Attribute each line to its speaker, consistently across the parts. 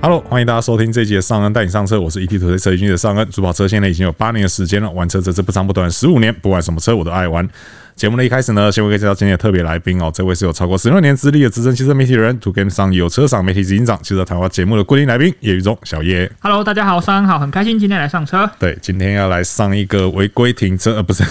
Speaker 1: Hello，欢迎大家收听这一集的上恩带你上车，我是 ET 土车车军的上恩，主跑车现在已经有八年的时间了，玩车则是不长不短，十五年，不管什么车我都爱玩。节目的一开始呢，先为各位介绍今天的特别来宾哦，这位是有超过十六年资历的资深汽车媒体人，To Game 上有车赏媒体执行长，汽车谈话节目的固定来宾叶宇中小叶。
Speaker 2: Hello，大家好，上好，很开心今天来上车。
Speaker 1: 对，今天要来上一个违规停车， 呃，不是，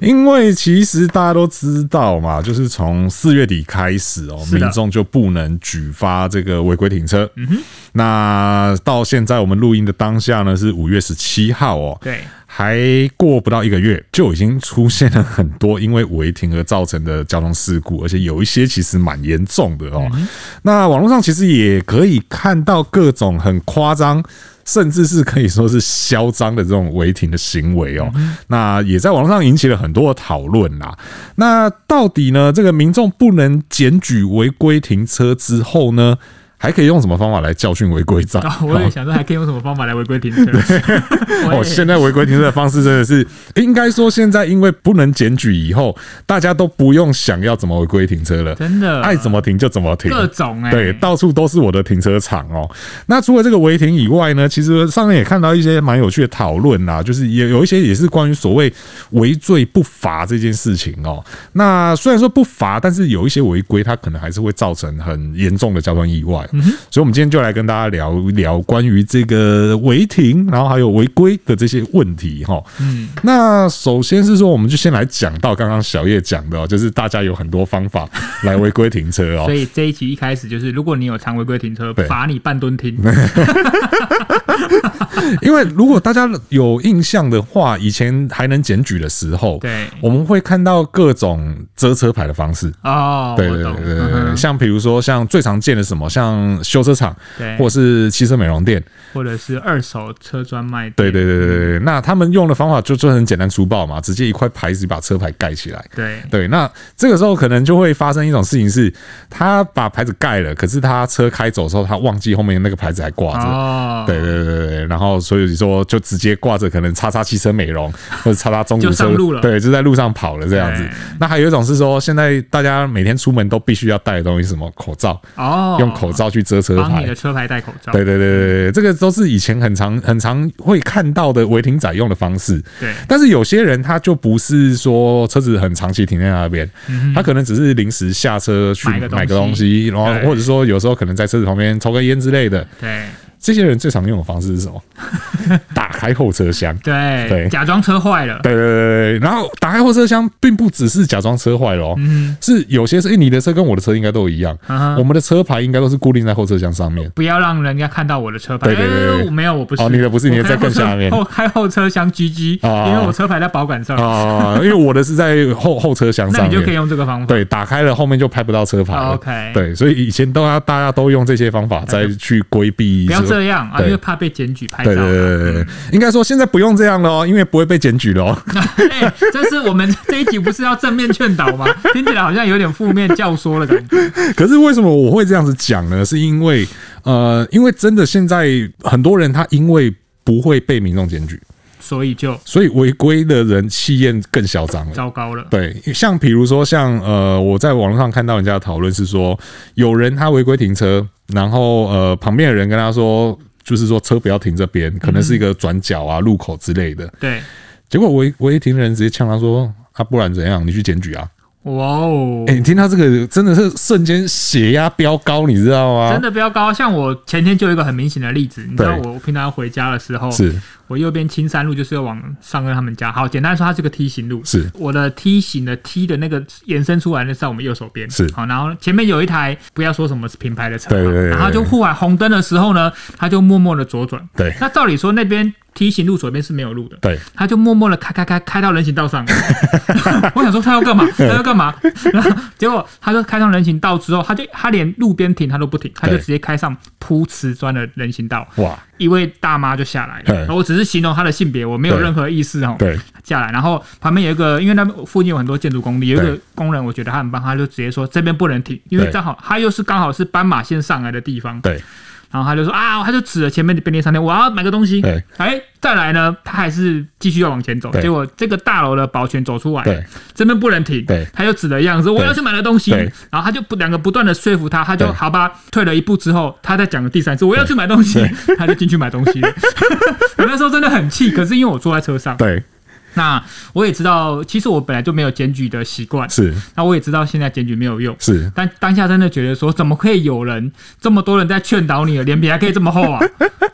Speaker 1: 因为其实大家都知道嘛，就是从四月底开始哦，
Speaker 2: 是的
Speaker 1: 民众就不能举发这个违规停车。嗯哼，那到现在我们录音的当下呢，是五月十七号哦。
Speaker 2: 对
Speaker 1: 还过不到一个月，就已经出现了很多因为违停而造成的交通事故，而且有一些其实蛮严重的
Speaker 2: 嗯
Speaker 1: 哦。那网络上其实也可以看到各种很夸张。甚至是可以说是嚣张的这种违停的行为哦，
Speaker 2: 嗯
Speaker 1: 那也在网络上引起了很多的讨论啦。那到底呢，这个民众不能检举违规停车之后呢，还可以用什么方法来教训违规者？
Speaker 2: 然后哦我也想说，还可以用什么方法来违规停车？我
Speaker 1: 哦，
Speaker 2: 也
Speaker 1: 现在违规停车的方式真的是，应该说现在因为不能检举，以后大家都不用想要怎么违规停车了，
Speaker 2: 真的
Speaker 1: 爱怎么停就怎么停，
Speaker 2: 各种哎、
Speaker 1: 对，到处都是我的停车场哦。那除了这个违停以外呢，其实上面也看到一些蛮有趣的讨论啦，就是也有一些也是关于所谓违罪不罚这件事情哦。那虽然说不罚，但是有一些违规，它可能还是会造成很严重的交通意外。所以，我们今天就来跟大家聊一聊关于这个违停，然后还有违规的这些问题哈、哦。嗯，那首先是说，我们就先来讲到刚刚小叶讲的、哦，就是大家有很多方法来违规停车 哦
Speaker 2: 所。以这一集一开始就是，如果你有常违规停车
Speaker 1: 对，
Speaker 2: 罚你半 吨停。
Speaker 1: 因为如果大家有印象的话，以前还能检举的时候，
Speaker 2: 对
Speaker 1: 我们会看到各种遮车牌的方式。
Speaker 2: 哦，
Speaker 1: 对
Speaker 2: 我
Speaker 1: 对对
Speaker 2: 懂。
Speaker 1: 对对
Speaker 2: 嗯
Speaker 1: 对，
Speaker 2: 哼
Speaker 1: 像比如说像最常见的什么，像修车厂，
Speaker 2: 对
Speaker 1: 或是汽车美容店，
Speaker 2: 或者是二手车专卖店。
Speaker 1: 对对对对对对。
Speaker 2: 嗯
Speaker 1: 那他们用的方法就就很简单粗暴嘛，直接一块牌子把车牌盖起来。
Speaker 2: 对
Speaker 1: 对，那这个时候可能就会发生一种事情是，他把牌子盖了，可是他车开走的时候，他忘记后面那个牌子还挂着。
Speaker 2: 哦，
Speaker 1: 对对对对对，然后所以说就直接挂着可能叉叉汽车美容或者叉叉中古
Speaker 2: 就
Speaker 1: 车
Speaker 2: 上路了
Speaker 1: 对，就在路上跑了这样子
Speaker 2: 对。
Speaker 1: 那还有一种是说，现在大家每天出门都必须要带的东西，什么口罩，
Speaker 2: 哦，
Speaker 1: 用口罩去遮车
Speaker 2: 帮你
Speaker 1: 牌
Speaker 2: 的。车牌戴口罩。
Speaker 1: 对对对对对，这个都是以前很常很常会看到的违停仔用的方式。
Speaker 2: 对
Speaker 1: 但是有些人他就不是说车子很长期停在那边，他可能只是临时下车去
Speaker 2: 嗯买个东
Speaker 1: 买个东西，
Speaker 2: 西
Speaker 1: 然后
Speaker 2: 对
Speaker 1: 或者说有时候可能在车子旁边抽根烟之类的。
Speaker 2: 对
Speaker 1: 这些人最常用的方式是什么？ 打开后车厢。
Speaker 2: 对
Speaker 1: 对
Speaker 2: 假装车坏了。
Speaker 1: 对对对对，然后打开后车厢，并不只是假装车坏了哦，是有些是、诶你的车跟我的车应该都一样，
Speaker 2: 嗯哼
Speaker 1: 我们的车牌应该都是固定在后车厢上面。
Speaker 2: 不要让人家看到我的车牌。
Speaker 1: 对对对对
Speaker 2: 哎没有，我不是。
Speaker 1: 哦你的不是你的在更下面
Speaker 2: 我开后车后开后车厢 GG，
Speaker 1: 哦
Speaker 2: 因为我车牌在保管上，
Speaker 1: 啊、因为我的是在后后车厢
Speaker 2: 哦那
Speaker 1: 上
Speaker 2: 你就可以
Speaker 1: 面。
Speaker 2: 用这个方法。
Speaker 1: 对，打开了后面就拍不到车牌了。
Speaker 2: OK 哎
Speaker 1: 对，所以以前都要大家都用这些方法再去规避
Speaker 2: 不
Speaker 1: 说。
Speaker 2: 要这样啊，
Speaker 1: 对
Speaker 2: 因为怕被检举拍照
Speaker 1: 对。对对对对，应该说现在不用这样了哦，因为不会被检举了哦。
Speaker 2: 哎，这是我们这一集不是要正面劝导 吗？听起来好像有点负面教唆的感觉。
Speaker 1: 可是为什么我会这样子讲呢？是因为呃，因为真的现在很多人他因为不会被民众检举，
Speaker 2: 所以就
Speaker 1: 所以违规的人气焰更嚣张了。
Speaker 2: 糟糕了。
Speaker 1: 对，像比如说像呃，我在网络上看到人家的讨论是说，有人他违规停车，然后呃，旁边的人跟他说，就是说车不要停这边，可能是一个转角啊、路口之类的。
Speaker 2: 对，
Speaker 1: 结果违违停的人直接呛他说：“啊，不然怎样？你去检举啊！”
Speaker 2: 哇哦
Speaker 1: 哎、，你听到这个真的是瞬间血压飙高，你知道吗？
Speaker 2: 真的不要高。像我前天就有一个很明显的例子，你知道
Speaker 1: 啊对
Speaker 2: 我平常回家的时候，
Speaker 1: 是
Speaker 2: 我右边青山路就是要往上跟他们家。好，简单说，它是个梯形路。
Speaker 1: 是
Speaker 2: 我的梯形的梯的那个延伸出来，那是在我们右手边。
Speaker 1: 是
Speaker 2: 好，然后前面有一台不要说什么品牌的车嘛，
Speaker 1: 对对对对
Speaker 2: 然后它就护海红灯的时候呢，他就默默的左转。
Speaker 1: 对
Speaker 2: 那照理说那边梯形路左边是没有路的，
Speaker 1: 对，
Speaker 2: 他就默默的开开开开到人行道上。 我想说他要干嘛？他要干嘛？ 然后结果他就开上人行道之后，他就他连路边停他都不停，他就
Speaker 1: 对
Speaker 2: 直接开上铺瓷砖的人行道。
Speaker 1: 哇，
Speaker 2: 一位大妈就下来
Speaker 1: 嘿
Speaker 2: 了，然后我只是形容她的性别，我没有
Speaker 1: 对
Speaker 2: 任何意思哦。
Speaker 1: 对，
Speaker 2: 下来，然后旁边有一个，因为那附近有很多建筑工地，有一
Speaker 1: 对
Speaker 2: 个工人，我觉得他很棒，他就直接说这边不能停，因为
Speaker 1: 对
Speaker 2: 刚好他又是刚好是斑马线上来的地方，
Speaker 1: 对，
Speaker 2: 然后他就说啊，他就指着前面的便利商店，我要买个东西
Speaker 1: 对。
Speaker 2: 哎，再来呢，他还是继续要往前走。
Speaker 1: 对
Speaker 2: 结果这个大楼的保全走出
Speaker 1: 对
Speaker 2: 来，这边不能停
Speaker 1: 对，
Speaker 2: 他就指着样子，我要去买个东西。
Speaker 1: 对
Speaker 2: 然后他就不两个不断的说服他，他就
Speaker 1: 对
Speaker 2: 好吧，退了一步之后，他再讲了第三次，我要去买东西， 他就进去买东西了。我那时候真的很气，可是因为我坐在车上，
Speaker 1: 对，
Speaker 2: 那我也知道，其实我本来就没有检举的习惯，
Speaker 1: 是
Speaker 2: 那我也知道现在检举没有用。
Speaker 1: 是，
Speaker 2: 但当下真的觉得说，怎么可以有人这么多人在劝导你了，脸皮还可以这么厚 啊？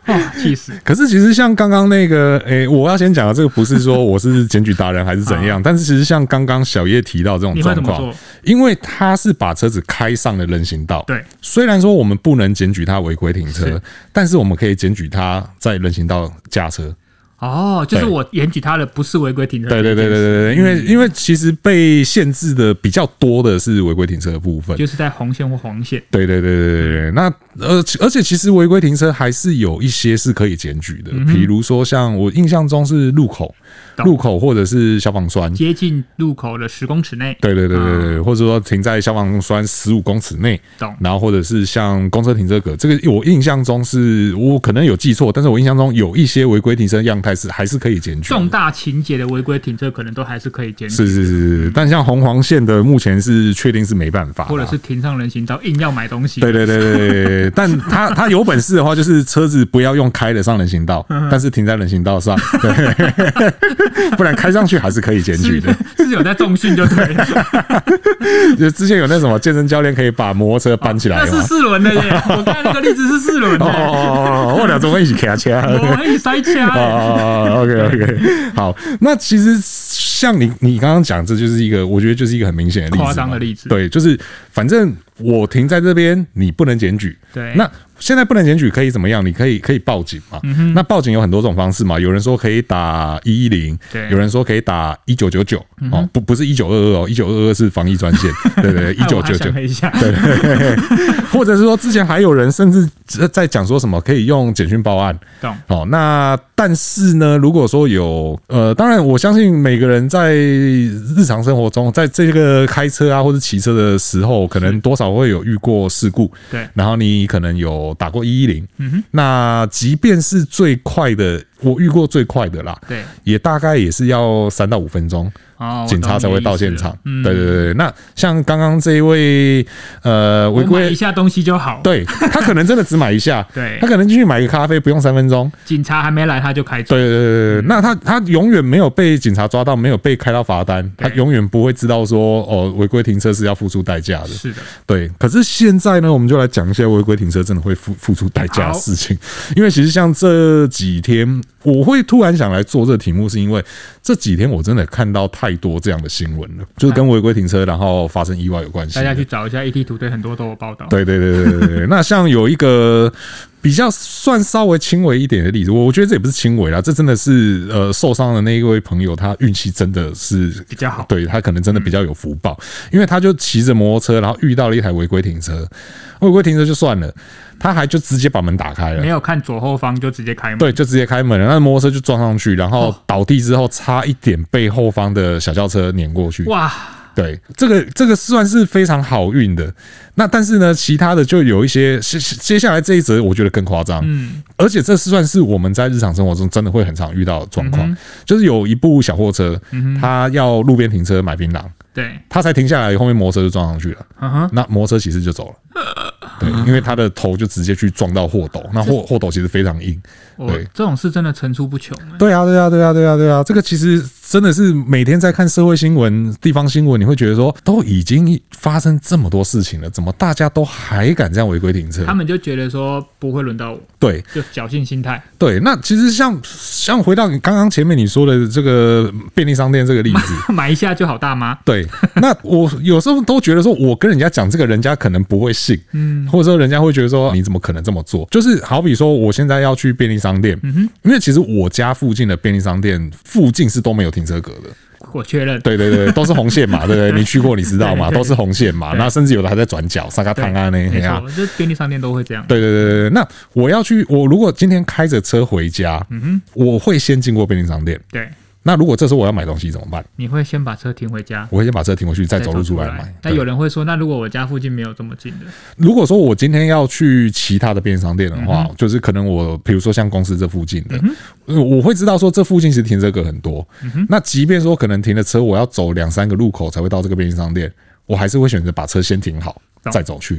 Speaker 2: 哇，气死！
Speaker 1: 可是其实像刚刚那个，诶、我要先讲的这个不是说我是检举达人还是怎 样，但是其实像刚刚小叶提到这种
Speaker 2: 你会
Speaker 1: 状
Speaker 2: 怎么
Speaker 1: 况
Speaker 2: 做，？
Speaker 1: 因为他是把车子开上了人行道，
Speaker 2: 对，
Speaker 1: 虽然说我们不能检举他违规停车
Speaker 2: 是，
Speaker 1: 但是我们可以检举他在人行道驾车。
Speaker 2: 哦，就是
Speaker 1: 对
Speaker 2: 我检举他的不是违规停车，
Speaker 1: 对对对对，对对，因
Speaker 2: 嗯
Speaker 1: 为因为其实被限制的比较多的是违规停车的部分。
Speaker 2: 就是在红线或黄线。
Speaker 1: 对对对对对对，那而且而且其实违规停车还是有一些是可以检举的，比如说像我印象中是路口、
Speaker 2: 嗯懂
Speaker 1: 路口或者是消防栓。
Speaker 2: 接近路口的十公尺内，
Speaker 1: 对对对对对，
Speaker 2: 啊
Speaker 1: 或者说停在消防栓十五公尺内，
Speaker 2: 懂？
Speaker 1: 然后或者是像公车停车格，这个我印象中是我可能有记错，但是我印象中有一些违规停车样态是还是可以检举的。
Speaker 2: 重大情节的违规停车可能都还是可以检举，
Speaker 1: 是是是是，但像红黄线的，目前是确定是没办法啦，
Speaker 2: 或者是停上人行道硬要买东西，
Speaker 1: 对对对对对对，但他他有本事的话，就是车子不要用开的上人行道，但是停在人行道上，对，不然开上去还是可以检举
Speaker 2: 是
Speaker 1: 的。哎
Speaker 2: 是有在重训就对 了，
Speaker 1: 就之前有那什么健身教练可以把摩托车搬起来
Speaker 2: 那是
Speaker 1: 吗？
Speaker 2: 四轮的耶，我看那个例子是四轮
Speaker 1: 哦
Speaker 2: 的。
Speaker 1: 哦哦，我俩怎么一起开车？
Speaker 2: 我可以塞
Speaker 1: 哦
Speaker 2: 车。欸
Speaker 1: 哦，OK OK，好，那其实像你你刚刚讲，这就是一个我觉得就是一个很明显的例子嘛，
Speaker 2: 夸张的例子
Speaker 1: 对，就是反正我停在这边，你不能检举，
Speaker 2: 对，
Speaker 1: 那现在不能检举，可以怎么样？你可以可以报警嘛？
Speaker 2: 嗯
Speaker 1: 那报警有很多种方式嘛。有人说可以打一一零，
Speaker 2: 对
Speaker 1: 有人说可以打一九九九哦，不不是一九二二哦，一九二二是防疫专 线，对对对，一
Speaker 2: 害
Speaker 1: 九
Speaker 2: 我还
Speaker 1: 九九
Speaker 2: 想了。一下，
Speaker 1: 或者是说，之前还有人甚至在讲说什么可以用简讯报案，
Speaker 2: 懂？
Speaker 1: 哦，那但是呢，如果说有呃，当然我相信每个人在日常生活中，在这个开车啊或者骑车的时候，可能多少会有遇过事故，
Speaker 2: 对
Speaker 1: 然后你可能有打过一一零，嗯哼，那即便是最快的，我遇过最快的啦，
Speaker 2: 对，
Speaker 1: 也大概也是要三到五分钟，
Speaker 2: 哦，我
Speaker 1: 警察才
Speaker 2: 懂你
Speaker 1: 会
Speaker 2: 的
Speaker 1: 到
Speaker 2: 意思
Speaker 1: 现
Speaker 2: 了
Speaker 1: 场。
Speaker 2: 嗯，
Speaker 1: 对对对，对那像刚刚这一位呃
Speaker 2: 我
Speaker 1: 违
Speaker 2: 买
Speaker 1: 规
Speaker 2: 一。下东西就好。，
Speaker 1: 对他可能真的只买一下，
Speaker 2: 对
Speaker 1: 他可能进去买个咖啡，不用三分钟，
Speaker 2: 警察还没来他就开走。
Speaker 1: 对对
Speaker 2: 嗯
Speaker 1: 对对，那他他永远没有被警察抓到，没有被开到罚单，他
Speaker 2: 对
Speaker 1: 永远不会知道说哦，违规停车是要付出代价的。
Speaker 2: 是的，
Speaker 1: 对，可是现在呢，我们就来讲一些违规停车真的会付付出代价的事情。因为其实像这几天，我会突然想来做这个题目，是因为这几天我真的看到太多这样的新闻了，就是跟违规停车然后发生意外有关系的。
Speaker 2: 哎大家去找一下 ET 图，对，很多都有报道。
Speaker 1: 对对对对对对。那像有一个比较算稍微轻微一点的例子，我我觉得这也不是轻微啦，这真的是呃受伤的那一位朋友，他运气真的是
Speaker 2: 比较好
Speaker 1: 对他可能真的比较有福报，因为他就骑着摩托车，然后遇到了一台违规停车，违规停车就算了，他还就直接把门打开了
Speaker 2: 没。有看左后方就直接开门。
Speaker 1: 对，就直接开门了，那摩托车就撞上去，然后
Speaker 2: 哦
Speaker 1: 倒地之后，差一点被后方的小轿车碾过去。
Speaker 2: 哇，
Speaker 1: 对，这个这个算是非常好运的。那但是呢，其他的就有一些，接接下来这一则我觉得更夸张，
Speaker 2: 嗯，
Speaker 1: 而且这算是我们在日常生活中真的会很常遇到的状况，就是有一部小货车，它要路边停车买槟榔，
Speaker 2: 对，
Speaker 1: 它才停下来，后面摩托车就撞上去了，
Speaker 2: 嗯哼，
Speaker 1: 那摩托车其实就走了，对，因为它的头就直接去撞到货斗，那货货斗其实非常硬，
Speaker 2: 我
Speaker 1: 对
Speaker 2: 这种事真的层出不穷欸。
Speaker 1: 对啊，对啊，对啊，对啊，对啊，这个其实真的是每天在看社会新闻、地方新闻，你会觉得说，都已经发生这么多事情了，怎么大家都还敢这样违规停车
Speaker 2: 他？们就觉得说不会轮到我，
Speaker 1: 对
Speaker 2: 就侥幸心态，
Speaker 1: 对，那其实像像回到你刚刚前面你说的这个便利商店这个例 子，
Speaker 2: 买一下就好大妈。
Speaker 1: 对，那我有时候都觉得说，我跟人家讲这个，人家可能不会信，嗯，或者说人家会觉得说，你怎么可能这么做？就是好比说，我现在要去便利商店，嗯哼，因为其实我家附近的便利商店附近是都没有停车格的，
Speaker 2: 我确认，
Speaker 1: 对对对，都是红线嘛，对不对？你去过，你知道 嘛，
Speaker 2: 对对
Speaker 1: 都是红线嘛。
Speaker 2: 对
Speaker 1: 那甚至有的还在转角，沙嘎
Speaker 2: 对，
Speaker 1: 汤啊那
Speaker 2: 没
Speaker 1: 些啊。
Speaker 2: 错，这便利商店都会这样。
Speaker 1: 对对对对对，那
Speaker 2: 嗯
Speaker 1: 我要去，我如果今天开着车回家，我会先经过便利商店，
Speaker 2: 对，
Speaker 1: 那如果这时候我要买东西怎么办？
Speaker 2: 你会先把车停回家，
Speaker 1: 我会先把车停回去，再走路出来买
Speaker 2: 来。。那
Speaker 1: 对
Speaker 2: 有人会说，那如果我家附近没有这么近的，
Speaker 1: 如果说我今天要去其他的便利商店的话，就是可能我比如说像公司这附近的，呃我会知道说这附近其实停车格很多。那即便说可能停了车，我要走两三个路口才会到这个便利商店，我还是会选择把车先停好。
Speaker 2: 懂
Speaker 1: 再走去，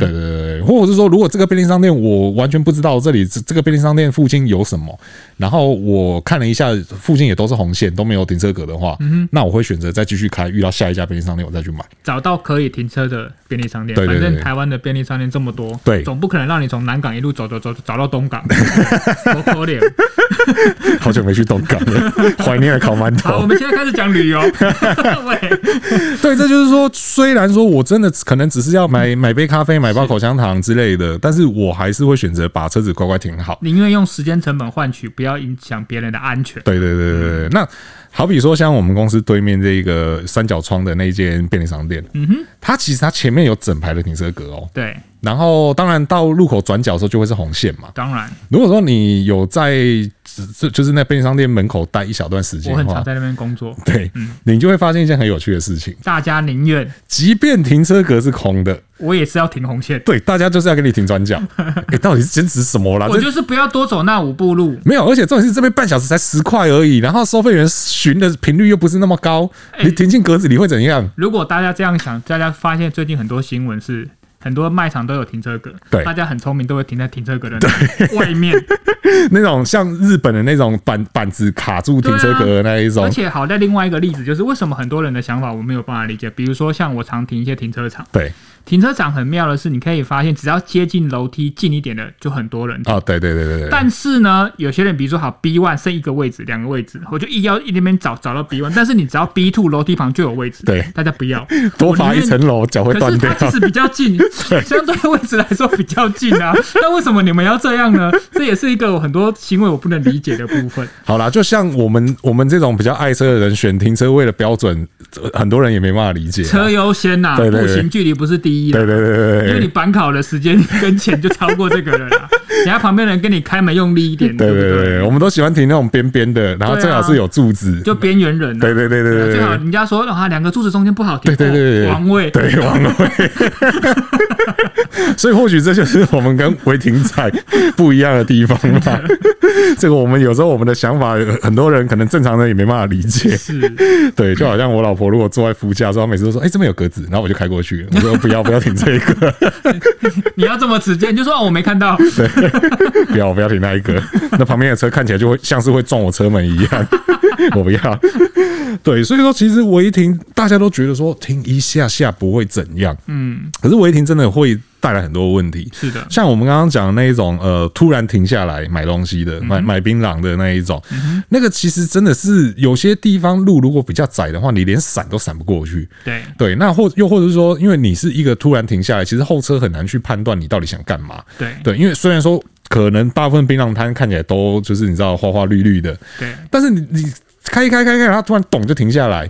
Speaker 1: 对对对对，或者是说，如果这个便利商店我完全不知道这里这这个便利商店附近有什么，然后我看了一下附近也都是红线，都没有停车格的话，那我会选择再继续开，遇到下一家便利商店我再去买。
Speaker 2: 找到可以停车的便利商店，
Speaker 1: 对对对
Speaker 2: 反
Speaker 1: 对
Speaker 2: 正台湾的便利商店这么多，
Speaker 1: 对
Speaker 2: 总不可能让你从南港一路走走走找 到东港，多可怜。
Speaker 1: 好久没去东港了，怀念了烤馒
Speaker 2: 好，我
Speaker 1: 头。
Speaker 2: 们现在开始 讲旅游。喂，
Speaker 1: 对，这就是说，虽然说我真的可能只是要买
Speaker 2: 嗯
Speaker 1: 买杯咖啡、买包口香糖之类的，但是我还是会选择把车子乖乖停好。
Speaker 2: 宁愿用时间成本换取，不要影响别人的安全。
Speaker 1: 对对对对
Speaker 2: 嗯
Speaker 1: 对，那好比说像我们公司对面这个三角窗的那间便利商店，嗯哼，它其实它前面有整排的停车格哦，
Speaker 2: 对，
Speaker 1: 然后当然到路口转角的时候就会是红线嘛。
Speaker 2: 当然，
Speaker 1: 如果说你有在就就是那便利商店门口待一小段时间
Speaker 2: 我
Speaker 1: 的
Speaker 2: 很常
Speaker 1: 话，
Speaker 2: 在嗯那边工作。
Speaker 1: 对，你就会发现一件很有趣的事情，
Speaker 2: 大家宁愿
Speaker 1: 即便停车格是空的。
Speaker 2: 我也是要停红线，
Speaker 1: 对，大家就是要给你停转角。哎、到底是坚持什么啦？
Speaker 2: 我
Speaker 1: 这
Speaker 2: 就是不要多走那五步路。
Speaker 1: 没有，而且重点是这边半小时才十块而已，然后收费员巡的频率又不是那么高，你停进格子里会怎样？
Speaker 2: 如果大家这样想，大家发现最近很多新闻是。很多卖场都有停车格，
Speaker 1: 对
Speaker 2: 大家很聪明，都会停在停车 格的那外面。
Speaker 1: 那种像日本的那种板板子卡住停车格的那一种
Speaker 2: 而，且好在另外一个例子就是，为什么很多人的想法我没有办法理解？比如说像我常停一些停车场，
Speaker 1: 对
Speaker 2: 停车场很妙的是，你可以发现只要接近楼梯近一点的就很多人。
Speaker 1: 啊，对对对对对对，
Speaker 2: 但是呢，有些人比如说好 B one 剩一个位置、两个位置，我就一要一那边找找到 B one，但是你只要 B two 楼梯旁就有位置，
Speaker 1: 对
Speaker 2: 大家不要。
Speaker 1: 多爬一层楼脚会
Speaker 2: 可
Speaker 1: 断
Speaker 2: 是
Speaker 1: 掉
Speaker 2: 它。其实比较 近，相对位置来说比较近啊。那为什么你们要这样呢？这也是一个我很多行为我不能理解的部分。
Speaker 1: 好啦，就像我们我们这种比较爱车的人选停车位的标准，呃很多人也没办法理解啊。
Speaker 2: 车优先呐、
Speaker 1: 对对对
Speaker 2: 步行距离不是第一
Speaker 1: 对
Speaker 2: 的。
Speaker 1: 对对对
Speaker 2: 因为你
Speaker 1: 对
Speaker 2: 板考的时间跟钱就超过这个了啦，等下旁边人跟你开门用力一点，
Speaker 1: 对
Speaker 2: 不
Speaker 1: 对对对，我们都喜欢停那种边边的，然后
Speaker 2: 对啊
Speaker 1: 最好是有柱子。
Speaker 2: 就边缘人、啊。
Speaker 1: 对对对对对
Speaker 2: 最好
Speaker 1: 对。
Speaker 2: 人家说啊，两个柱子中间不好停。
Speaker 1: 对对对对对
Speaker 2: 哦王位。
Speaker 1: 对，王位。 所以或许这就是我们跟违停仔不一样的地方吧。这个我们有时候我们的想法，呃很多人可能正常人也没办法理解。
Speaker 2: 是，
Speaker 1: 对，就好像我老婆如果坐在副驾的时候，她每次都说：“哎、这边有格子。”然后我就开过去，我说：“不要，不要停这个，
Speaker 2: 你要这么直接，你就说、哦、我没看到，
Speaker 1: 不要，不要停那一个。”那旁边的车看起来就会像是会撞我车门一样，我不要。对，所以说其实违停大家都觉得说停一下下不会怎样，
Speaker 2: 嗯，
Speaker 1: 可是违停真的会带来很多问题。
Speaker 2: 是的，
Speaker 1: 像我们刚刚讲的那一种，呃，突然停下来买东西
Speaker 2: 嗯
Speaker 1: 的，买买槟榔的那一种，那个其实真的是有些地方路如果比较窄的话，你连闪都闪不过去。
Speaker 2: 对，
Speaker 1: 对，那或又或者是说，因为你是一个突然停下来，其实后车很难去判断你到底想干嘛。
Speaker 2: 对，
Speaker 1: 对，因为虽然说可能大部分槟榔摊看起来都就是你知道花花绿绿的，
Speaker 2: 对，
Speaker 1: 但是你你开一开开一开，然后突然咚就停下来，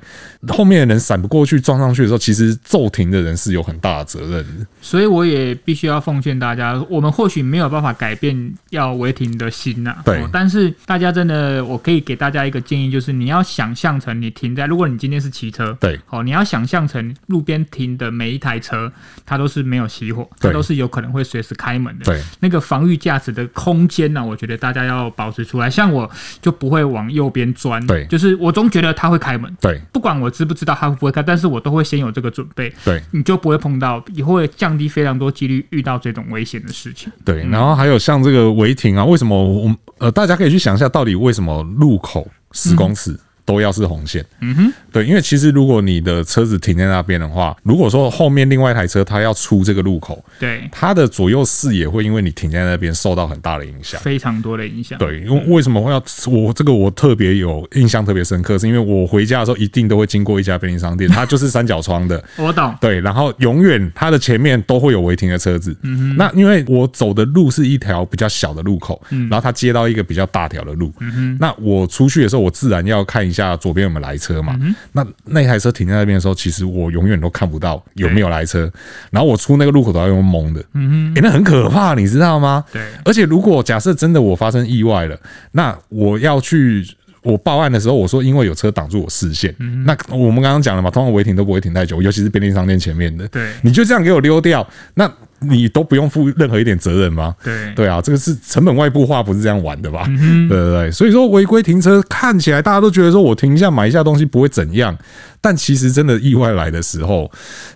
Speaker 1: 后面的人闪不过去撞上去的时候，其实骤停的人是有很大的责任的。
Speaker 2: 所以我也必须要奉劝大家，我们或许没有办法改变要违停的心呐、
Speaker 1: 对
Speaker 2: 哦但是大家真的，我可以给大家一个建议，就是你要想象成你停在，如果你今天是骑车，
Speaker 1: 对
Speaker 2: 好、你要想象成路边停的每一台车，它都是没有熄火，它
Speaker 1: 对
Speaker 2: 都是有可能会随时开门的，
Speaker 1: 对，
Speaker 2: 那个防御驾驶的空间呢、我觉得大家要保持出来。像我就不会往右边钻，
Speaker 1: 对
Speaker 2: 就是我总觉得它会开门，
Speaker 1: 对
Speaker 2: 不管我知不知道它会不会开，但是我都会先有这个准备，
Speaker 1: 对，
Speaker 2: 你就不会碰到，也会降低非常多几率遇到这种危险的事情。
Speaker 1: 对，然后还有像这个违停啊，为什么我们呃，大家可以去想一下，到底为什么路口十公尺都要是红线？嗯
Speaker 2: 哼，
Speaker 1: 对，因为其实如果你的车子停在那边的话，如果说后面另外一台车它要出这个路口，
Speaker 2: 对，
Speaker 1: 它的左右视野会因为你停在那边受到很大的影响。
Speaker 2: 非常多的影响。
Speaker 1: 对，因为为什么会要我这个我特别有印象特别深刻，是因为我回家的时候一定都会经过一家便利 商店，它就是三角窗的，
Speaker 2: 我懂，
Speaker 1: 对，然后永远它的前面都会有违停的车子。嗯那因为我走的路是一条比较小的路口，然后它接到一个比较大条的路。嗯那我出去的时候，我自然要看一下左边有没有来车嘛。那那台车停在那边的时候，其实我永远都看不到有没有来车。然后我出那个路口都要用蒙的。嗯那很可怕，你知道吗？
Speaker 2: 对
Speaker 1: 而且如果假设真的我发生意外了，那我要去。我报案的时候，我说因为有车挡住我视线，
Speaker 2: 嗯
Speaker 1: 那我们刚刚讲了嘛，通常违停都不会停太久，尤其是便利商店前面的，
Speaker 2: 对
Speaker 1: 你就这样给我溜掉，那你都不用负任何一点责任吗？
Speaker 2: 对嗯
Speaker 1: 对啊，这个是成本外部化，不是这样玩的吧？对对对，所以说违规停车看起来大家都觉得说我停一下买一下东西不会怎样，但其实真的意外来的时候，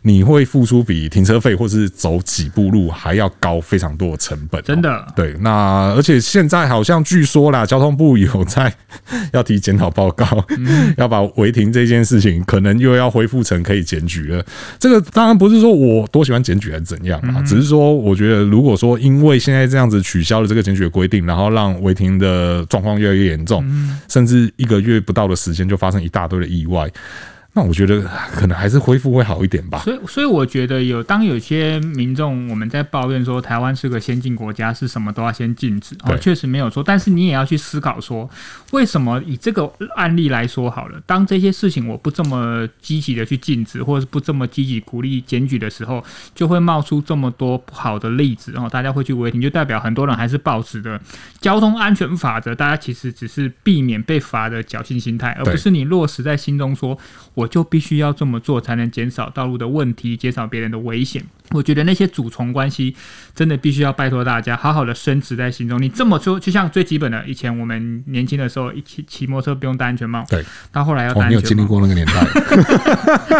Speaker 1: 你会付出比停车费或是走几步路还要高非常多的成本哦、
Speaker 2: 真的
Speaker 1: 对，那而且现在好像据说啦，交通部有在 要提检讨报告，
Speaker 2: 嗯
Speaker 1: 要把违停这件事情可能又要恢复成可以检举了。这个当然不是说我多喜欢检举还是怎样
Speaker 2: 嗯
Speaker 1: 啊，只是说我觉得如果说因为现在这样子取消了这个检举的规定，然后让违停的状况越来越严重，
Speaker 2: 嗯
Speaker 1: 甚至一个月不到的时间就发生一大堆的意外。那我觉得可能还是恢复会好一点吧。
Speaker 2: 所以，所以我觉得有当有些民众我们在抱怨说台湾是个先进国家，是什么都要先禁止，哦
Speaker 1: 对，
Speaker 2: 确实没有错。但是你也要去思考说，为什么以这个案例来说好了，当这些事情我不这么积极的去禁止，或者是不这么积极鼓励检举的时候，就会冒出这么多不好的例子，然、哦、后大家会去违停，就代表很多人还是抱持的交通安全法则，大家其实只是避免被罚的侥幸心态，而
Speaker 1: 对
Speaker 2: 不是你落实在心中说，我就必须要这么做，才能减少道路的问题，减少别人的危险。我觉得那些主从关系真的必须要拜托大家，好好的深植在心中。你这么说，就像最基本的，以前我们年轻的时候，一骑骑摩托车不用戴安全帽，
Speaker 1: 对，
Speaker 2: 到后来要戴
Speaker 1: 哦，
Speaker 2: 安
Speaker 1: 你有经
Speaker 2: 全帽。
Speaker 1: 历过那个年代？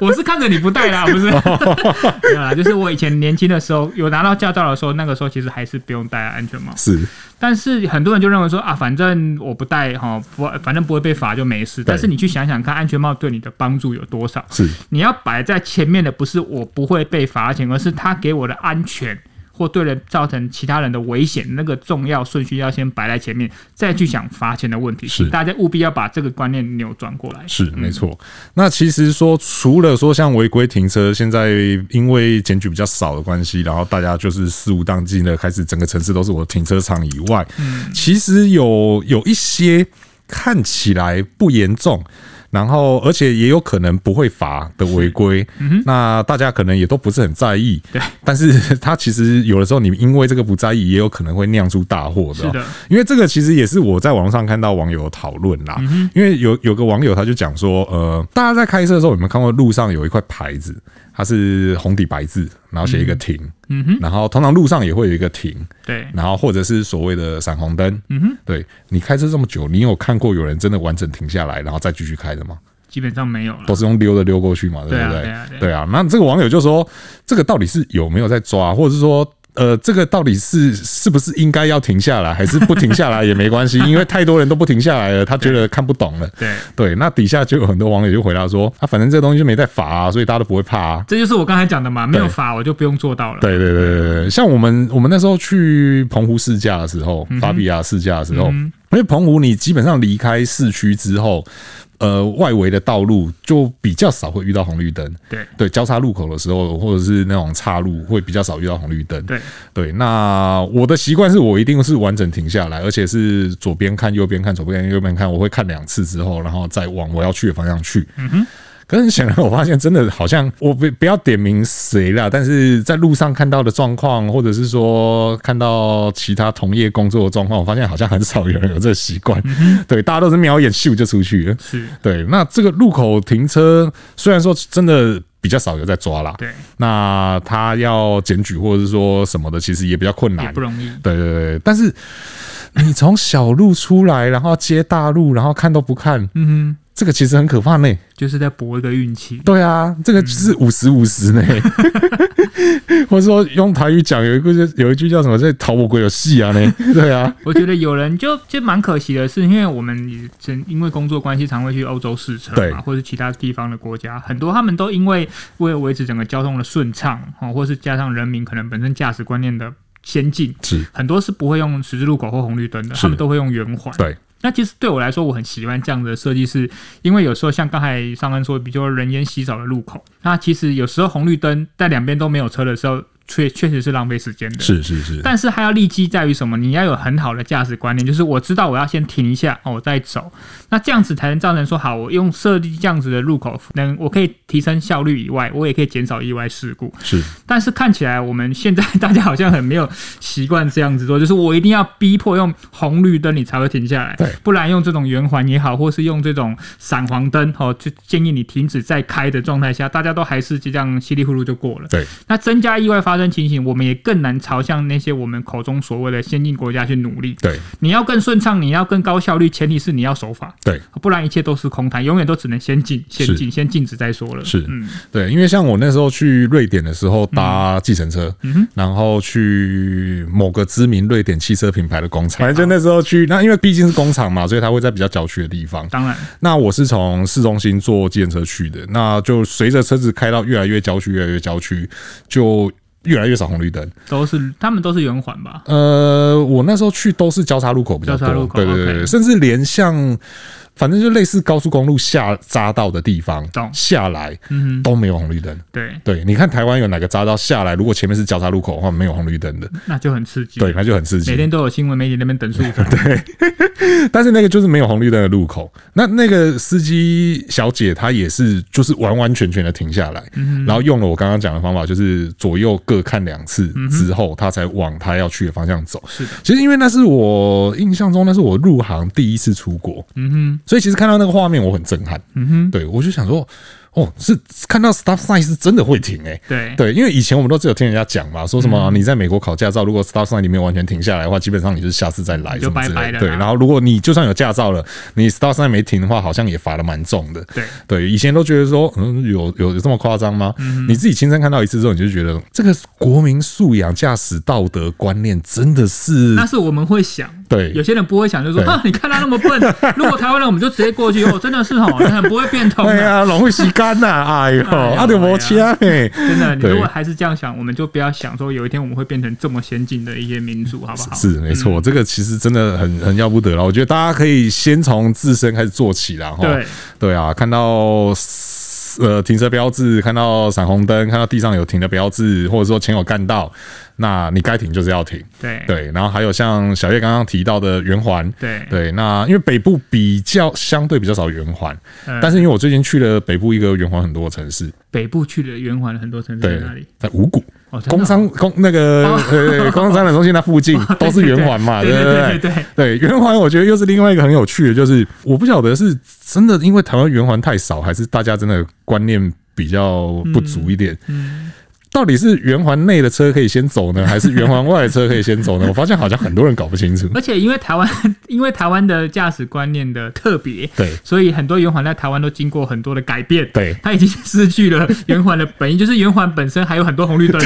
Speaker 2: 我是看着你不 戴啦，不是， 没有啦，就是我以前年轻的时候有拿到驾照的时候，那个时候其实还是不用戴安全帽。
Speaker 1: 是
Speaker 2: 但是很多人就认为说啊，反正我不戴哈，不，反正不会被罚就没事。但是你去想想看，安全帽对你的帮助有多少？
Speaker 1: 是，
Speaker 2: 你要摆在前面的不是我不会被罚钱，而是它给我的安全或对人造成其他人的危险，那个重要顺序要先摆在前面，再去想罚钱的问题。
Speaker 1: 是
Speaker 2: 大家务必要把这个观念扭转过来。
Speaker 1: 是没错。那其实说，除了说像违规停车，现在因为检举比较少的关系，然后大家就是肆无忌惮的开始，整个城市都是我的停车场以外，
Speaker 2: 嗯
Speaker 1: 其实有有一些看起来不严重。然后，而且也有可能不会罚的违规，那大家可能也都不是很在意。
Speaker 2: 嗯对，
Speaker 1: 但是它其实有的时候，你因为这个不在意，也有可能会酿出大祸的哦。
Speaker 2: 是的
Speaker 1: 因为这个其实也是我在网上看到网友讨论啦，因为有有个网友他就讲说，呃，大家在开车的时候有没有看过路上有一块牌子，它是红底白字，然后写一个停，嗯哼，然后通常路上也会有一个停，
Speaker 2: 对，
Speaker 1: 然后或者是所谓的闪红灯，嗯哼，对你开车这么久，你有看过有人真的完整停下来然后再继续开的吗？
Speaker 2: 基本上没有了
Speaker 1: 都。是用溜的溜过去嘛，对不
Speaker 2: 对啊
Speaker 1: 对
Speaker 2: 对啊对啊
Speaker 1: 对啊，那这个网友就说，这个到底是有没有在抓，或者是说？呃，这个到底是是不是应该要停下来，还是不停下来也没关 系？因为太多人都不停下来了，他觉得看不懂了。
Speaker 2: 对。
Speaker 1: 对，那底下就有很多网友就回答说，啊，反正这东西就没在罚、啊，所以大家都不会怕啊。
Speaker 2: 这就是我刚才讲的嘛，没有
Speaker 1: 对
Speaker 2: 法我就不用做到了。
Speaker 1: 对对对对对，像我们我们那时候去澎湖试驾的时候，
Speaker 2: 嗯
Speaker 1: 法比亚试驾的时候，因为澎湖你基本上离开市区之后，呃，外围的道路就比较少会遇到红绿灯。
Speaker 2: 对
Speaker 1: 对，交叉路口的时候，或者是那种岔路，会比较少遇到红绿灯。
Speaker 2: 对
Speaker 1: 对，那我的习惯是我一定是完整停下来，而且是左边看、右边看、左边看、右边看，我会看两次之后，然后再往我要去的方向去。嗯哼。可是很显然，我发现真的好像我不不要点名谁啦，但是在路上看到的状况，或者是说看到其他同业工作的状况，我发现好像很少有人有这个习惯。对，大家都是瞄一眼咻就出去了。
Speaker 2: 是，
Speaker 1: 对，那这个路口停车虽然说真的比较少有在抓啦，
Speaker 2: 对，
Speaker 1: 那他要检举或者是说什么的，其实也比较困
Speaker 2: 也
Speaker 1: 难
Speaker 2: 不。容易。
Speaker 1: 对对对，但是你从小路出来，然后接大路，然后看都不看，
Speaker 2: 嗯哼，
Speaker 1: 这个其实很可怕呢。
Speaker 2: 就是在搏一个运气。
Speaker 1: 对啊，这个
Speaker 2: 嗯
Speaker 1: 就是五十五十 呢，或者说用台语讲有一个就有一句叫什么，这逃不鬼有戏啊呢？对啊，
Speaker 2: 我觉得有人就就蛮可惜的是，因为我们以前因为工作关系，常会去欧洲试车
Speaker 1: 对
Speaker 2: 嘛，或者其他地方的国家，很多他们都因为为了维持整个交通的顺畅，哦，或是加上人民可能本身驾驶观念的先进，
Speaker 1: 是，
Speaker 2: 很 多是不会用十字路口或红绿灯的，
Speaker 1: 是
Speaker 2: 他们都会用圆环。
Speaker 1: 对，
Speaker 2: 那其实对我来说，我很喜欢这样的设计是，因为有时候像刚才上恩说，比较人烟稀少的路口，那其实有时候红绿灯在两边都没有车的时候。确确实是浪费时间的。
Speaker 1: 是是是，
Speaker 2: 但是还要立基在于什么？你要有很好的价值观念，就是我知道我要先停一下，哦，我再走。那这样子才能造成说，好，我用设计这样子的入口，能我可以提升效率以外，我也可以减少意外事故。
Speaker 1: 是
Speaker 2: 但是看起来我们现在大家好像很没有习惯这样子做， 就是我一定要逼迫用红绿灯你才会停下来
Speaker 1: 对，
Speaker 2: 不然用这种圆环也好，或是用这种闪黄灯哦，就建议你停止再开的状态下，大家都还是就这样稀里糊涂就过了。
Speaker 1: 对，
Speaker 2: 那增加意外发生情形，我们也更难朝向那些我们口中所谓的先进国家去努力。
Speaker 1: 对
Speaker 2: 你要更顺畅，你要更高效率，前提是你要守法，
Speaker 1: 对
Speaker 2: 不然一切都是空谈，永远都只能先进、先
Speaker 1: 是
Speaker 2: 进、先禁止再说了。
Speaker 1: 是
Speaker 2: 嗯，
Speaker 1: 对，因为像我那时候去瑞典的时候搭计程车，然后去某个知名瑞典汽车品牌的工厂，反正就那时候去，那因为毕竟是工厂嘛，所以它会在比较郊区的地方。
Speaker 2: 当然，
Speaker 1: 那我是从市中心坐计程车去的，那就随着车子开到越来越郊区，越来越郊区，就越来越少红绿灯。
Speaker 2: 都是他们都是圆环吧？
Speaker 1: 呃，我那时候去都是交叉路口比较
Speaker 2: 交
Speaker 1: 多
Speaker 2: 叉路，口
Speaker 1: 对对对，
Speaker 2: OK
Speaker 1: 对甚至连像反正就类似高速公路下匝道的地方
Speaker 2: 懂
Speaker 1: 下来
Speaker 2: 嗯
Speaker 1: 都没有红绿灯。
Speaker 2: 对，
Speaker 1: 对，你看台湾有哪个匝道下来，如果前面是交叉路口的话，没有红绿灯的，
Speaker 2: 那就很刺激。
Speaker 1: 对，，那就很刺
Speaker 2: 每
Speaker 1: 激。
Speaker 2: 天都有新闻媒体那边等速车。
Speaker 1: 但是那个就是没有红绿灯的路口，那那个司机小姐她也是就是完完全全的停下来，
Speaker 2: 嗯
Speaker 1: 然后用了我刚刚讲的方法，就是左右各看两次之后，她才往她要去的方向走。
Speaker 2: 是的，
Speaker 1: 其实因为那是我印象中，那是我入行第一次出国，
Speaker 2: 嗯
Speaker 1: 所以其实看到那个画面我很震撼。
Speaker 2: 哼，嗯哼，
Speaker 1: 对我就想说，哦，是看到 stop sign 是真的会停诶、欸
Speaker 2: 对，
Speaker 1: 对，因为以前我们都只有听人家讲嘛，说什
Speaker 2: 嗯
Speaker 1: 么你在美国考驾照，如果 stop sign 你没有完全停下来的话，基本上你就是下次再来
Speaker 2: 就
Speaker 1: 什么之
Speaker 2: 拜
Speaker 1: 类
Speaker 2: 拜了啦
Speaker 1: 的。对，然后如果你就算有驾照了，你 stop sign 没停的话，好像也罚的蛮重的。
Speaker 2: 对
Speaker 1: 对，以前都觉得说，嗯，有有有这么夸张吗？
Speaker 2: 嗯
Speaker 1: 你自己亲身看到一次之后，你就觉得嗯这个国民素养、驾驶道德观念真的是
Speaker 2: 那是我们会想。
Speaker 1: 对
Speaker 2: 有。些人不会想，就说
Speaker 1: 对
Speaker 2: 啊，你看他那 么笨，如果台湾人，我们就直接过去哦，真的是哦，真的很不会变通
Speaker 1: 哎
Speaker 2: 的，
Speaker 1: 呀，老会吸干呐！哎呦，
Speaker 2: 哎啊呦
Speaker 1: 阿德摩切哎，
Speaker 2: 真的。你
Speaker 1: 对
Speaker 2: 如果还是这样想，我们就不要想说有一天我们会变成这么先进的一些民族，好不嗯好？
Speaker 1: 是没错，这个其实真的很很要不得了。我觉得大家可以先从自身开始做起啦。哈。
Speaker 2: 对，
Speaker 1: 对啊，看到呃停车标志，看到闪红灯，看到地上有停的标志，或者说前有干道，那你该停就是要停。
Speaker 2: 对
Speaker 1: 对，然后还有像小叶刚刚提到的圆环，
Speaker 2: 对
Speaker 1: 对，那因为北部比较相对比较少圆环，
Speaker 2: 嗯
Speaker 1: 但是因为我最近去了北部一个圆环很多的城市，
Speaker 2: 北部去的圆环很多城市在
Speaker 1: 对
Speaker 2: 哪里？，
Speaker 1: 在五谷。
Speaker 2: 哦，真的哦哦
Speaker 1: 工商工那个呃工商展览中心那附 近都是圆环嘛，
Speaker 2: 对
Speaker 1: 不
Speaker 2: 对对
Speaker 1: 对？
Speaker 2: 对对
Speaker 1: 对圆环，我觉得又是另外一个很有趣的，就是我不晓得是真的因为台湾圆环太少，还是大家真的观念比较不足一点。
Speaker 2: 嗯
Speaker 1: 到底是圆环内的车可以先走呢，还是圆环外的车可以先走呢？我发现好 像很多人搞不清楚。
Speaker 2: 而且因为台湾， 因为台湾的驾驶观念的特别，
Speaker 1: 对
Speaker 2: 所以很多圆环在台湾都经过很多的改变。
Speaker 1: 对
Speaker 2: 它已经失去了圆环的本意， 就是圆环本身还有很多红绿灯，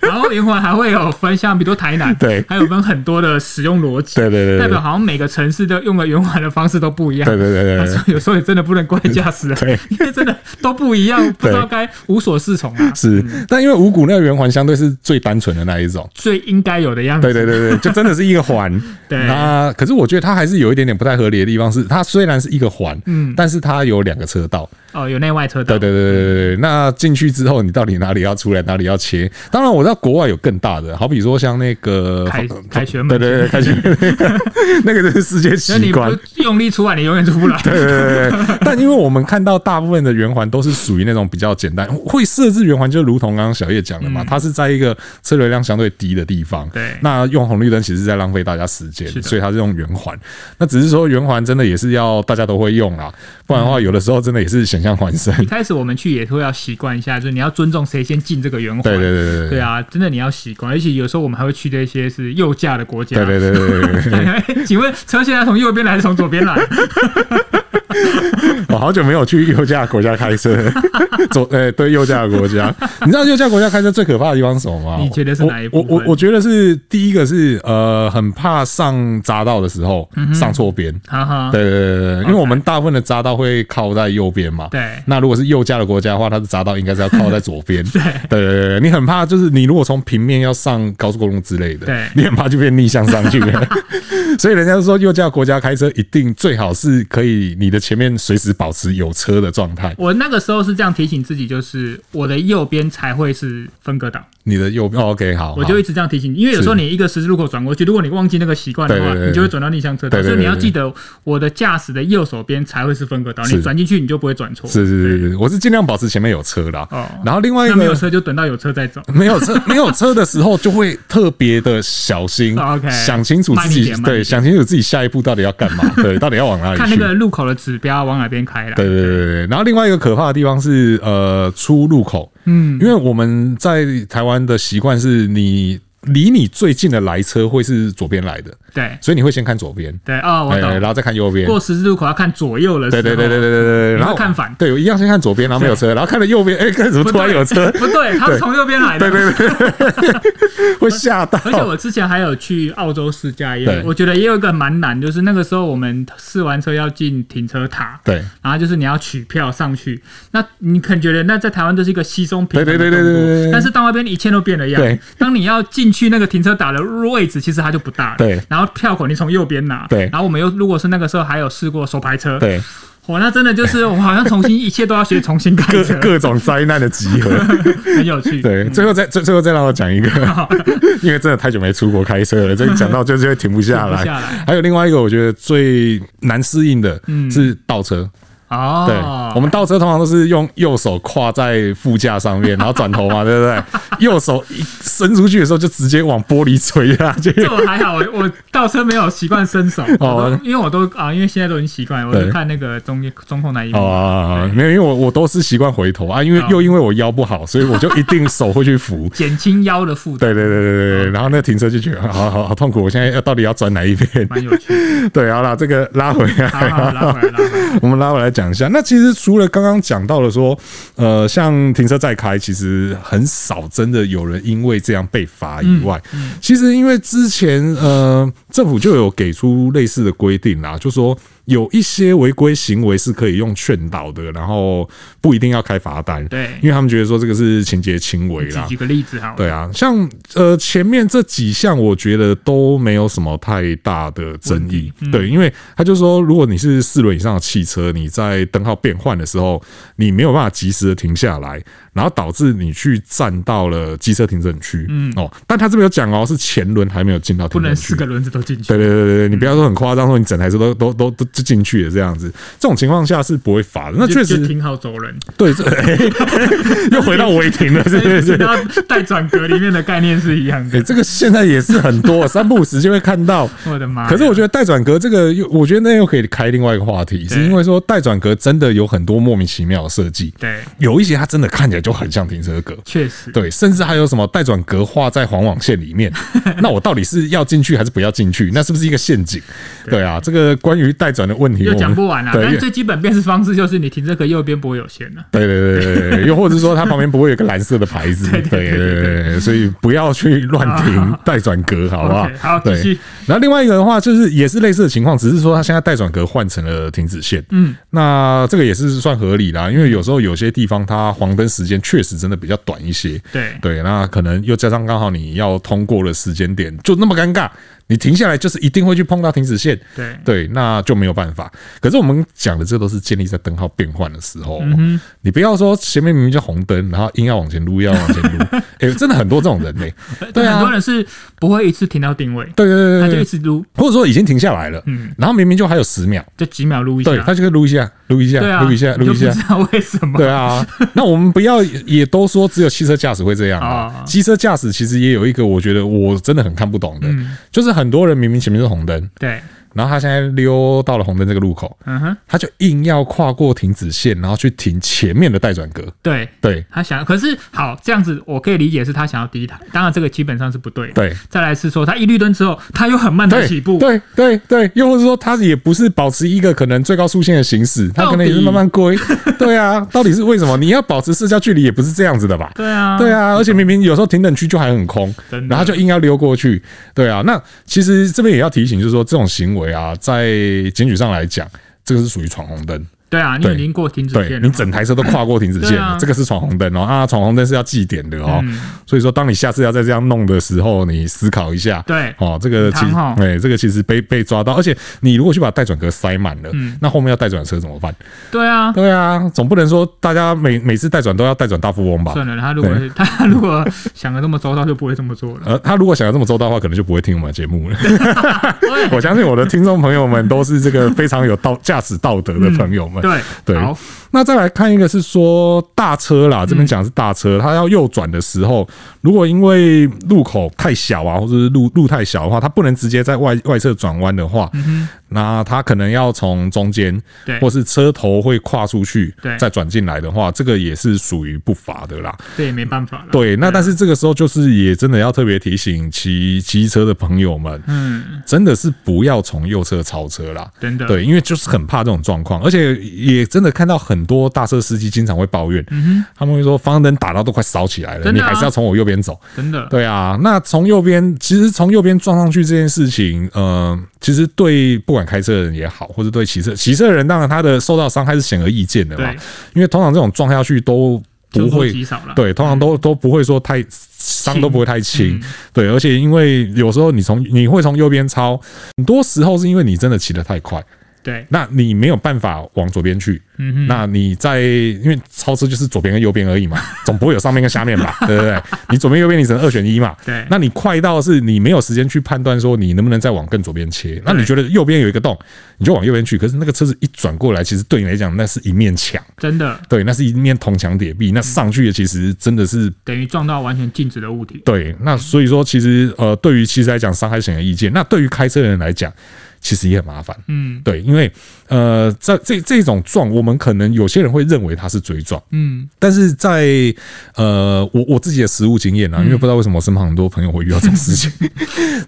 Speaker 2: 然后圆环还会有分，像比如台南，
Speaker 1: 对
Speaker 2: 还有分很多的使用逻辑，
Speaker 1: 对对对对
Speaker 2: 代表好像每个城市的用了圆环的方式都不一样。
Speaker 1: 对对对对对
Speaker 2: 所以有时候也真的不能怪驾驶人
Speaker 1: 对，
Speaker 2: 因为真的都不一样，不知道该无所适从啊。
Speaker 1: 是，但因为五谷那个圆环相对是最单纯的那一种。
Speaker 2: 最应该有的样子。
Speaker 1: 对对对对， 就真的是一个环。
Speaker 2: 对
Speaker 1: 那可是我觉得它还是有一点点不太合理的地方是，它虽然是一个环，
Speaker 2: 嗯
Speaker 1: 但是它有两个车道。
Speaker 2: 哦，有内外车道。
Speaker 1: 对对对对对对。那进去之后，你到底哪里要出来，哪里要切？当然，我知道国外有更大的，好比说像那个呃
Speaker 2: 凯凯旋门
Speaker 1: 对对对，凯旋门 那个就是世界
Speaker 2: 那你
Speaker 1: 奇
Speaker 2: 不
Speaker 1: 观。
Speaker 2: 用力出来，你永远出不来。
Speaker 1: 对对对对，但因为我们看到大部分的圆环都是属于那种比较简单，会设置圆环，就如同刚刚小叶讲的嘛，它是在一个车流量相对低的地方。
Speaker 2: 嗯对
Speaker 1: 那用红绿灯其实是在浪费大家时间
Speaker 2: 是，的
Speaker 1: 所以它是用圆环。那只是说圆环真的也是要大家都会用啦，不然的
Speaker 2: 嗯
Speaker 1: 话，有的时候真的也是险象环 生。
Speaker 2: 一开始我们去也会要习惯一下，就是你要尊重谁先进这个圆环。
Speaker 1: 对对对对
Speaker 2: 对啊，真的你要习惯，而且有时候我们还会去的一些是右驾的国家。
Speaker 1: 对对对对对对
Speaker 2: 哎 请问车现在从右边来还是从左 边来？
Speaker 1: 我哦好久没有去右驾国家开车， 左呃、对右驾国家，你知道右驾国家开车最可怕的地方是什么吗？
Speaker 2: 你觉得是哪一部
Speaker 1: 我
Speaker 2: 分
Speaker 1: 我我我觉得是第一个是呃，很怕上匝道的时候、
Speaker 2: 嗯
Speaker 1: 上错边。
Speaker 2: 哈哈，
Speaker 1: 对对对对对，因为我们大部分的匝道会靠在右边嘛。
Speaker 2: 对
Speaker 1: 那如果是右驾的国家的话，它的匝道应该是要靠在左 边。对对对对，你很怕就是你如果从平面要上高速公路之类的，
Speaker 2: 对
Speaker 1: 你很怕就变逆向上 去 了。所以人家就说右驾国家开车一定最好是可以你的前面随时保持有车的状态。
Speaker 2: 我那个时候是这样提醒自己，就是我的右边才会是分隔岛，
Speaker 1: 你的右边、哦、，OK，好，
Speaker 2: 我就一直这样提醒你，因为有时候你一个十字路口转过去，如果你忘记那个习惯的话，
Speaker 1: 对对对
Speaker 2: 你就会转到逆向车道，
Speaker 1: 对对
Speaker 2: 所
Speaker 1: 对
Speaker 2: 以你要记得我的驾驶的右手边才会是分隔岛，你
Speaker 1: 是
Speaker 2: 转进去你就不会转错。
Speaker 1: 好是是是是，我是尽量保持前面有车啦。
Speaker 2: 哦
Speaker 1: 然后另外一
Speaker 2: 那
Speaker 1: 个
Speaker 2: 没有车就等到有车再走。
Speaker 1: 没有车，没有车的时候就会特别的小心
Speaker 2: 哦 OK
Speaker 1: 想清楚自
Speaker 2: 慢一
Speaker 1: 己
Speaker 2: 点，慢一
Speaker 1: 对，
Speaker 2: 点
Speaker 1: 想清楚自己下一步到底要干嘛，对，到底要往哪里去？
Speaker 2: 看那个路口的指标往哪边开了。
Speaker 1: 哎对对对对对，然后另外一个可怕的地方是呃出入口，嗯，因为我们在台湾的习惯是你离你最近的来车会是左边来的，
Speaker 2: 对
Speaker 1: 所以你会先看左边，
Speaker 2: 对哦，我
Speaker 1: 哎
Speaker 2: 懂
Speaker 1: 然。后再看右边。
Speaker 2: 过十字路口要看左右了。
Speaker 1: 对对对对对对对对，
Speaker 2: 你
Speaker 1: 然
Speaker 2: 会
Speaker 1: 后
Speaker 2: 看反
Speaker 1: 对，我一样先看左边，然后没有车，然后看了右边，哎，看怎么
Speaker 2: 不
Speaker 1: 突然
Speaker 2: 对
Speaker 1: 有车，
Speaker 2: 不对，他是从右边来 的。
Speaker 1: 对对对， 会吓到。
Speaker 2: 而且我之前还有去澳洲试驾，也
Speaker 1: 对
Speaker 2: 有我觉得也有一个蛮难，就是那个时候我们试完车要进停车塔，
Speaker 1: 对
Speaker 2: 然后就是你要取票上去，那你可能觉得那在台湾就是一个稀松平常的
Speaker 1: 对对对
Speaker 2: 动作
Speaker 1: 对对对
Speaker 2: 但是到那边一切都变了样
Speaker 1: 对。
Speaker 2: 当你要进去那个停车塔的位置，其实它就不大了。
Speaker 1: 对
Speaker 2: 然后票口你从右边拿，
Speaker 1: 对
Speaker 2: 然后我们又如果是那个时候还有试过手排车，，
Speaker 1: 对，
Speaker 2: 哇，那真的就是我好像重新 一切都要学重新开
Speaker 1: 各
Speaker 2: 车，
Speaker 1: 各种灾难的集合。
Speaker 2: 很有趣。
Speaker 1: 对，最后再最最后再让我讲一个， 因为真的太久没出国开车了，这讲到就是会停不下来。
Speaker 2: 停不下来嗯
Speaker 1: 还有另外一个，我觉得最难适应的是倒车。
Speaker 2: 哦，
Speaker 1: 对，我们倒车通常都是用右手跨在副驾上面，然后转头嘛， 对不对？右手一伸出去的时候，就直接往玻璃锤下去。
Speaker 2: 这我还好，我我倒车没有习惯伸手，
Speaker 1: 哦
Speaker 2: 我都因为我都啊，因为现在都已经习惯，我
Speaker 1: 对
Speaker 2: 就看那个中中控那一 幕。
Speaker 1: 哦，没有，因为我我都是习惯回头啊，因为
Speaker 2: 哦。
Speaker 1: 又因为我腰不好，所以我就一定手会去扶
Speaker 2: 减轻腰的负担，
Speaker 1: 对对对对 对对，然后那停车就觉得好好好痛苦，我现在要到底要转哪一边？
Speaker 2: 蛮有趣的。
Speaker 1: 对，好啦，这个拉回来，
Speaker 2: 好好，拉回来，拉回来。
Speaker 1: 我们拉回来讲一下。那其实除了刚刚讲到的说，呃，像停车再开，其实很少真的有人因为这样被罚以外，
Speaker 2: 嗯
Speaker 1: 其实因为之前呃政府就有给出类似的规定啦，就说有一些违规行为是可以用劝导的，然后不一定要开罚单，
Speaker 2: 对
Speaker 1: 因为他们觉得说这个是情节轻微
Speaker 2: 举
Speaker 1: 啦
Speaker 2: 几。个例子好了。
Speaker 1: 对啊，像呃前面这几项，我觉得都没有什么太大的争议。
Speaker 2: 嗯
Speaker 1: 对，因为他就说，如果你是四轮以上的汽车，你在灯号变换的时候，你没有办法及时的停下来，然后导致你去占到了机车停整区。嗯哦，但他这边有讲哦，是前轮还没有进到
Speaker 2: 不
Speaker 1: 停整
Speaker 2: 能
Speaker 1: 区
Speaker 2: 四。个嗯轮子都进去
Speaker 1: 对。对对对对，你不要说很夸张，说你整台车都都都都都进去了这样子，这种情况下是不会罚的。那
Speaker 2: 就
Speaker 1: 确
Speaker 2: 就
Speaker 1: 实，
Speaker 2: 停好 走人，
Speaker 1: 对，这、又回到违停了，是不是？
Speaker 2: 然后带转格里面的概念是一样
Speaker 1: 哎、
Speaker 2: 的。
Speaker 1: 这个现在也是很多，三不五时就会看 到。
Speaker 2: 我的妈哎呀！
Speaker 1: 可是我觉得待转格这个又，我觉得那又可以开另外一个话题，是因为说待转格真的有很多莫名其妙的设计，
Speaker 2: 对，
Speaker 1: 有一些它真的看起来就很像停车格，
Speaker 2: 确实，
Speaker 1: 对，甚至还有什么待转格画在黄网线里 面，那我到底是要进去还是不要进去？那是不是一个陷阱？对啊，这个关于待转的问题，
Speaker 2: 又
Speaker 1: 我们
Speaker 2: 讲不完啦。
Speaker 1: 对
Speaker 2: 但是最基本辨识方式就是你停车格右边不会有线了。
Speaker 1: 对对对对对，又或者说它旁边不会有一个蓝色的牌子，对
Speaker 2: 对
Speaker 1: 对
Speaker 2: 对啊
Speaker 1: 对对，所以不要去乱停待转格，好不好
Speaker 2: OK，？好
Speaker 1: 对
Speaker 2: 继续。
Speaker 1: 然后另外一个的话，就是也是类似的情况，只是说它现在待转格换成了停止线，嗯，那这个也是算合理啦，因为有时候有些地方它黄灯时间确实真的比较短一些，
Speaker 2: 对
Speaker 1: 对，那可能又加上刚好你要通过的时间点就那么尴尬，你停下来就是一定会去碰到停止线，
Speaker 2: 对
Speaker 1: 对，那就没有办法。可是我们讲的这都是建立在灯号变换的时候，哦
Speaker 2: 嗯
Speaker 1: 你不要说前面明明就红灯，然后硬要往前撸，硬要往前撸， 哎、真的很多这种人呢、对啊
Speaker 2: 很多人是不会一次停到定位，
Speaker 1: 对对
Speaker 2: 他
Speaker 1: 对
Speaker 2: 就
Speaker 1: 对对，
Speaker 2: 一直撸，
Speaker 1: 或者说已经停下来了，
Speaker 2: 嗯
Speaker 1: 然后明明就还有十秒，
Speaker 2: 就几秒撸一下。
Speaker 1: 对，他就可以撸一下，撸一
Speaker 2: 对
Speaker 1: 下，
Speaker 2: 啊，
Speaker 1: 撸一下，
Speaker 2: 你就
Speaker 1: 撸一下
Speaker 2: 不。知道为什 么。
Speaker 1: 对啊，那我们不要也都说只有汽车驾驶会这样啊
Speaker 2: 啊。
Speaker 1: 机车驾驶其实也有一个我觉得我真的很看不懂的，
Speaker 2: 嗯
Speaker 1: 就是很多人明明前面是红灯，
Speaker 2: 对，
Speaker 1: 然后他现在溜到了红灯这个路口，
Speaker 2: 嗯哼，
Speaker 1: 他就硬要跨过停止线，然后去停前面的待转格。
Speaker 2: 对。
Speaker 1: 对
Speaker 2: 他想，可是好这样子，我可以理解是他想要第一台，当然这个基本上是不对的。
Speaker 1: 对
Speaker 2: 再来是说他一绿灯之后，他又很慢的
Speaker 1: 对
Speaker 2: 起步，
Speaker 1: 对对对，又或者说他也不是保持一个可能最高速限的行驶，他可能也是慢慢归。对啊，到底是为什么？你要保持社交距离也不是这样子的吧？
Speaker 2: 对啊，
Speaker 1: 对啊，而且明明有时候停等区就还很空
Speaker 2: 真，的
Speaker 1: 然后就硬要溜过去。对啊，那其实这边也要提醒，就是说这种行为啊，在检举上来讲，这个是属于闯红灯。
Speaker 2: 对啊，你
Speaker 1: 对
Speaker 2: 已经过停止线
Speaker 1: 对
Speaker 2: 了嘛，
Speaker 1: 你整台车都跨过停止线
Speaker 2: 对
Speaker 1: 了
Speaker 2: 啊，
Speaker 1: 这个是闯红灯哦啊，闯红灯是要记点的哦。
Speaker 2: 嗯
Speaker 1: 所以说，当你下次要再这样弄的时候，你思考一下。
Speaker 2: 对
Speaker 1: 哦，这个其
Speaker 2: 很烫哦
Speaker 1: 哎，这个其实被被抓到，而且你如果去把待转格塞满了，
Speaker 2: 嗯
Speaker 1: 那后面要待转车怎么办？
Speaker 2: 对啊，
Speaker 1: 对啊，总不能说大家每每次待转都要待转大富翁吧？
Speaker 2: 算了，他如果
Speaker 1: 对
Speaker 2: 他如果想的那么周到，就不会这么做了。
Speaker 1: 呃，他如果想要这么周到的话，可能就不会听我们的节目了。
Speaker 2: 对
Speaker 1: 我相信我的听众朋友们都是这个非常有道驾驶道德的朋友们。
Speaker 2: 对
Speaker 1: 对
Speaker 2: 好，
Speaker 1: 那再来看一个是说大车
Speaker 2: 嗯
Speaker 1: 啦，这边讲的是大车，它要右转的时候，如果因为路口太小啊，或者是路路太小的话，它不能直接在外外侧转弯的话，那它可能要从中间，
Speaker 2: 嗯对
Speaker 1: 或是车头会跨出去
Speaker 2: 对，
Speaker 1: 再转进来的话，这个也是属于不罚的啦。
Speaker 2: 这也没办法了。，
Speaker 1: 对，那但是这个时候就是也真的要特别提醒骑机车的朋友们，
Speaker 2: 嗯，
Speaker 1: 真的是不要从右侧超车啦。
Speaker 2: 真的，
Speaker 1: 对，因为就是很怕这种状况，而且也真的看到很多大车司机经常会抱怨，他们会说方向灯打到都快烧起来了，
Speaker 2: 嗯真
Speaker 1: 你
Speaker 2: 的啊
Speaker 1: 还是要从我右边走。
Speaker 2: 真的，
Speaker 1: 对啊，那从右边，其实从右边撞上去这件事情，呃，其实对不管开车的人也好，或者对骑车骑车的人，当然他的受到伤害是显而易见的嘛
Speaker 2: 对，
Speaker 1: 因为通常这种撞下去都不
Speaker 2: 就多
Speaker 1: 会
Speaker 2: 极少了。
Speaker 1: 对，通常都
Speaker 2: 嗯
Speaker 1: 都不会说太伤都不会太轻，对，而且因为有时候你从你会从右边超，很多时候是因为你真的骑得太快，
Speaker 2: 对，
Speaker 1: 那你没有办法往左边去，
Speaker 2: 嗯哼，
Speaker 1: 那你在因为超车就是左边跟右边而已嘛，总不会有上面跟下面吧，对不对？你左边右边你只能二选一嘛，
Speaker 2: 对
Speaker 1: 那你快到是你没有时间去判断说你能不能再往更左边切，那你觉得右边有一个洞，你就往右边去，可是那个车子一转过来，其实对你来讲那是一面墙。
Speaker 2: 真的
Speaker 1: 对，那是一面铜墙铁壁，那上去的其实真的是
Speaker 2: 等于撞到完全静止的物体。
Speaker 1: 对，那所以说，其实呃，对于骑士来讲，伤害显而易见；那对于开车的人来讲，其实也很麻烦。
Speaker 2: 嗯
Speaker 1: 对，因为呃，这这这种撞，我们可能有些人会认为它是追撞，
Speaker 2: 嗯，
Speaker 1: 但是在呃，我我自己的实务经验
Speaker 2: 嗯
Speaker 1: 啊，因为不知道为什么身旁很多朋友会遇到这种事情，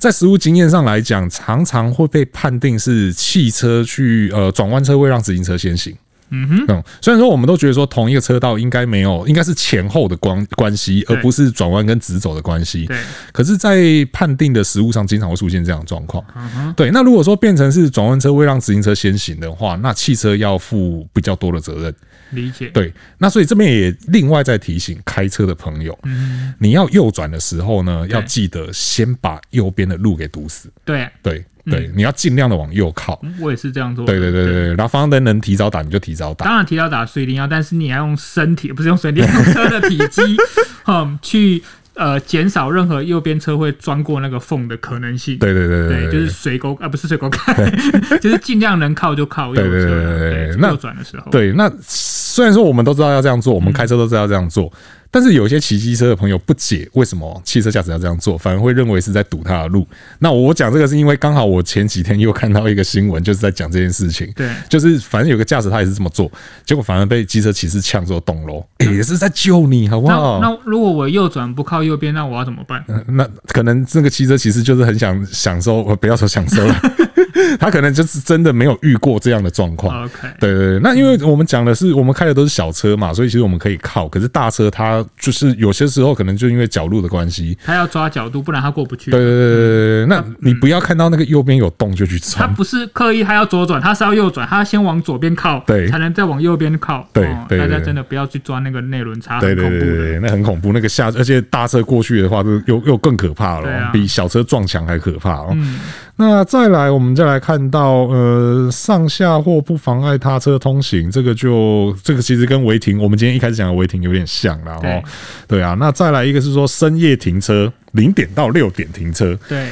Speaker 1: 在实务经验上来讲，常常会被判定是汽车去呃转弯车位让直行车先行。
Speaker 2: 嗯哼，
Speaker 1: 嗯，虽然说我们都觉得说同一个车道应该没有，应该是前后的关关系，而
Speaker 2: 对
Speaker 1: 不是转弯跟直走的关系。
Speaker 2: 对，
Speaker 1: 可是，在判定的实物上，经常会出现这样的状况。
Speaker 2: 嗯哼，
Speaker 1: 对，那如果说变成是转弯车会让自行车先行的话，那汽车要负比较多的责任。
Speaker 2: 理解。
Speaker 1: 对，那所以这边也另外再提醒开车的朋友，
Speaker 2: 嗯，
Speaker 1: 你要右转的时候呢，要
Speaker 2: 对
Speaker 1: 记得先把右边的路给堵死。
Speaker 2: 对，
Speaker 1: 对对，你要尽量的往右靠。
Speaker 2: 嗯我也是这样做的。
Speaker 1: 对对对对，对然后方向灯能提早打你就提早打。
Speaker 2: 当然提到打碎零要，但是你要用身体，不是用水力，用车的体积， 嗯，去呃减少任何右边车会钻过那个缝的可能性。
Speaker 1: 对对对
Speaker 2: 对
Speaker 1: 对，
Speaker 2: 就是水沟啊，不是水沟盖， 就是尽量能靠就靠右
Speaker 1: 对对
Speaker 2: 侧
Speaker 1: 对对对
Speaker 2: 对
Speaker 1: 那
Speaker 2: 右转的时候，
Speaker 1: 对，那虽然说我们都知道要这样做，我们开车都知道要这样
Speaker 2: 嗯
Speaker 1: 做，但是有一些骑机车的朋友不解为什么汽车驾驶要这样做，反而会认为是在堵他的路。那我讲这个是因为刚好我前几天又看到一个新闻，就是在讲这件事情。
Speaker 2: 对
Speaker 1: 就是反正有个驾驶他也是这么做，结果反而被机车骑士呛说动楼、欸也是在救你好不
Speaker 2: 那
Speaker 1: 好？
Speaker 2: 嗯那如果我右转不靠右边，那我要怎么办？
Speaker 1: 那可能这个汽车其实就是很想享受，呃不要说享受 了，他可能就是真的没有遇过这样的状况。
Speaker 2: OK，
Speaker 1: 对对对，那因为我们讲的是我们开的都是小车嘛，所以其实我们可以靠，可是大车它就是有些时候可能就因为角路的关系。
Speaker 2: 他要抓角度，不然他过不去
Speaker 1: 对。对对对对，对那你不要看到那个右边有洞就去
Speaker 2: 他
Speaker 1: 冲。
Speaker 2: 不是刻意，他要左转，他是要右转，他要先往左边靠，
Speaker 1: 对
Speaker 2: 才能再往右边靠。
Speaker 1: 对
Speaker 2: 哦
Speaker 1: 对对
Speaker 2: 大家
Speaker 1: 对
Speaker 2: 真的不要去抓那个内轮差，
Speaker 1: 对
Speaker 2: 很
Speaker 1: 对
Speaker 2: 恐
Speaker 1: 对
Speaker 2: 怖
Speaker 1: 对
Speaker 2: 的。
Speaker 1: 对，那很恐怖，那个下而且大车过去的话，就又又更可怕了
Speaker 2: 对
Speaker 1: 哦，
Speaker 2: 啊
Speaker 1: 比小车撞墙还可怕哦。
Speaker 2: 嗯，
Speaker 1: 那再来，我们再来看到呃上下或不妨碍他车通行，这个就这个其实跟违停，我们今天一开始讲的违停有点像啦哦
Speaker 2: 对。
Speaker 1: 对啊，那再来一个是说深夜停车，零点到六点停车。
Speaker 2: 对，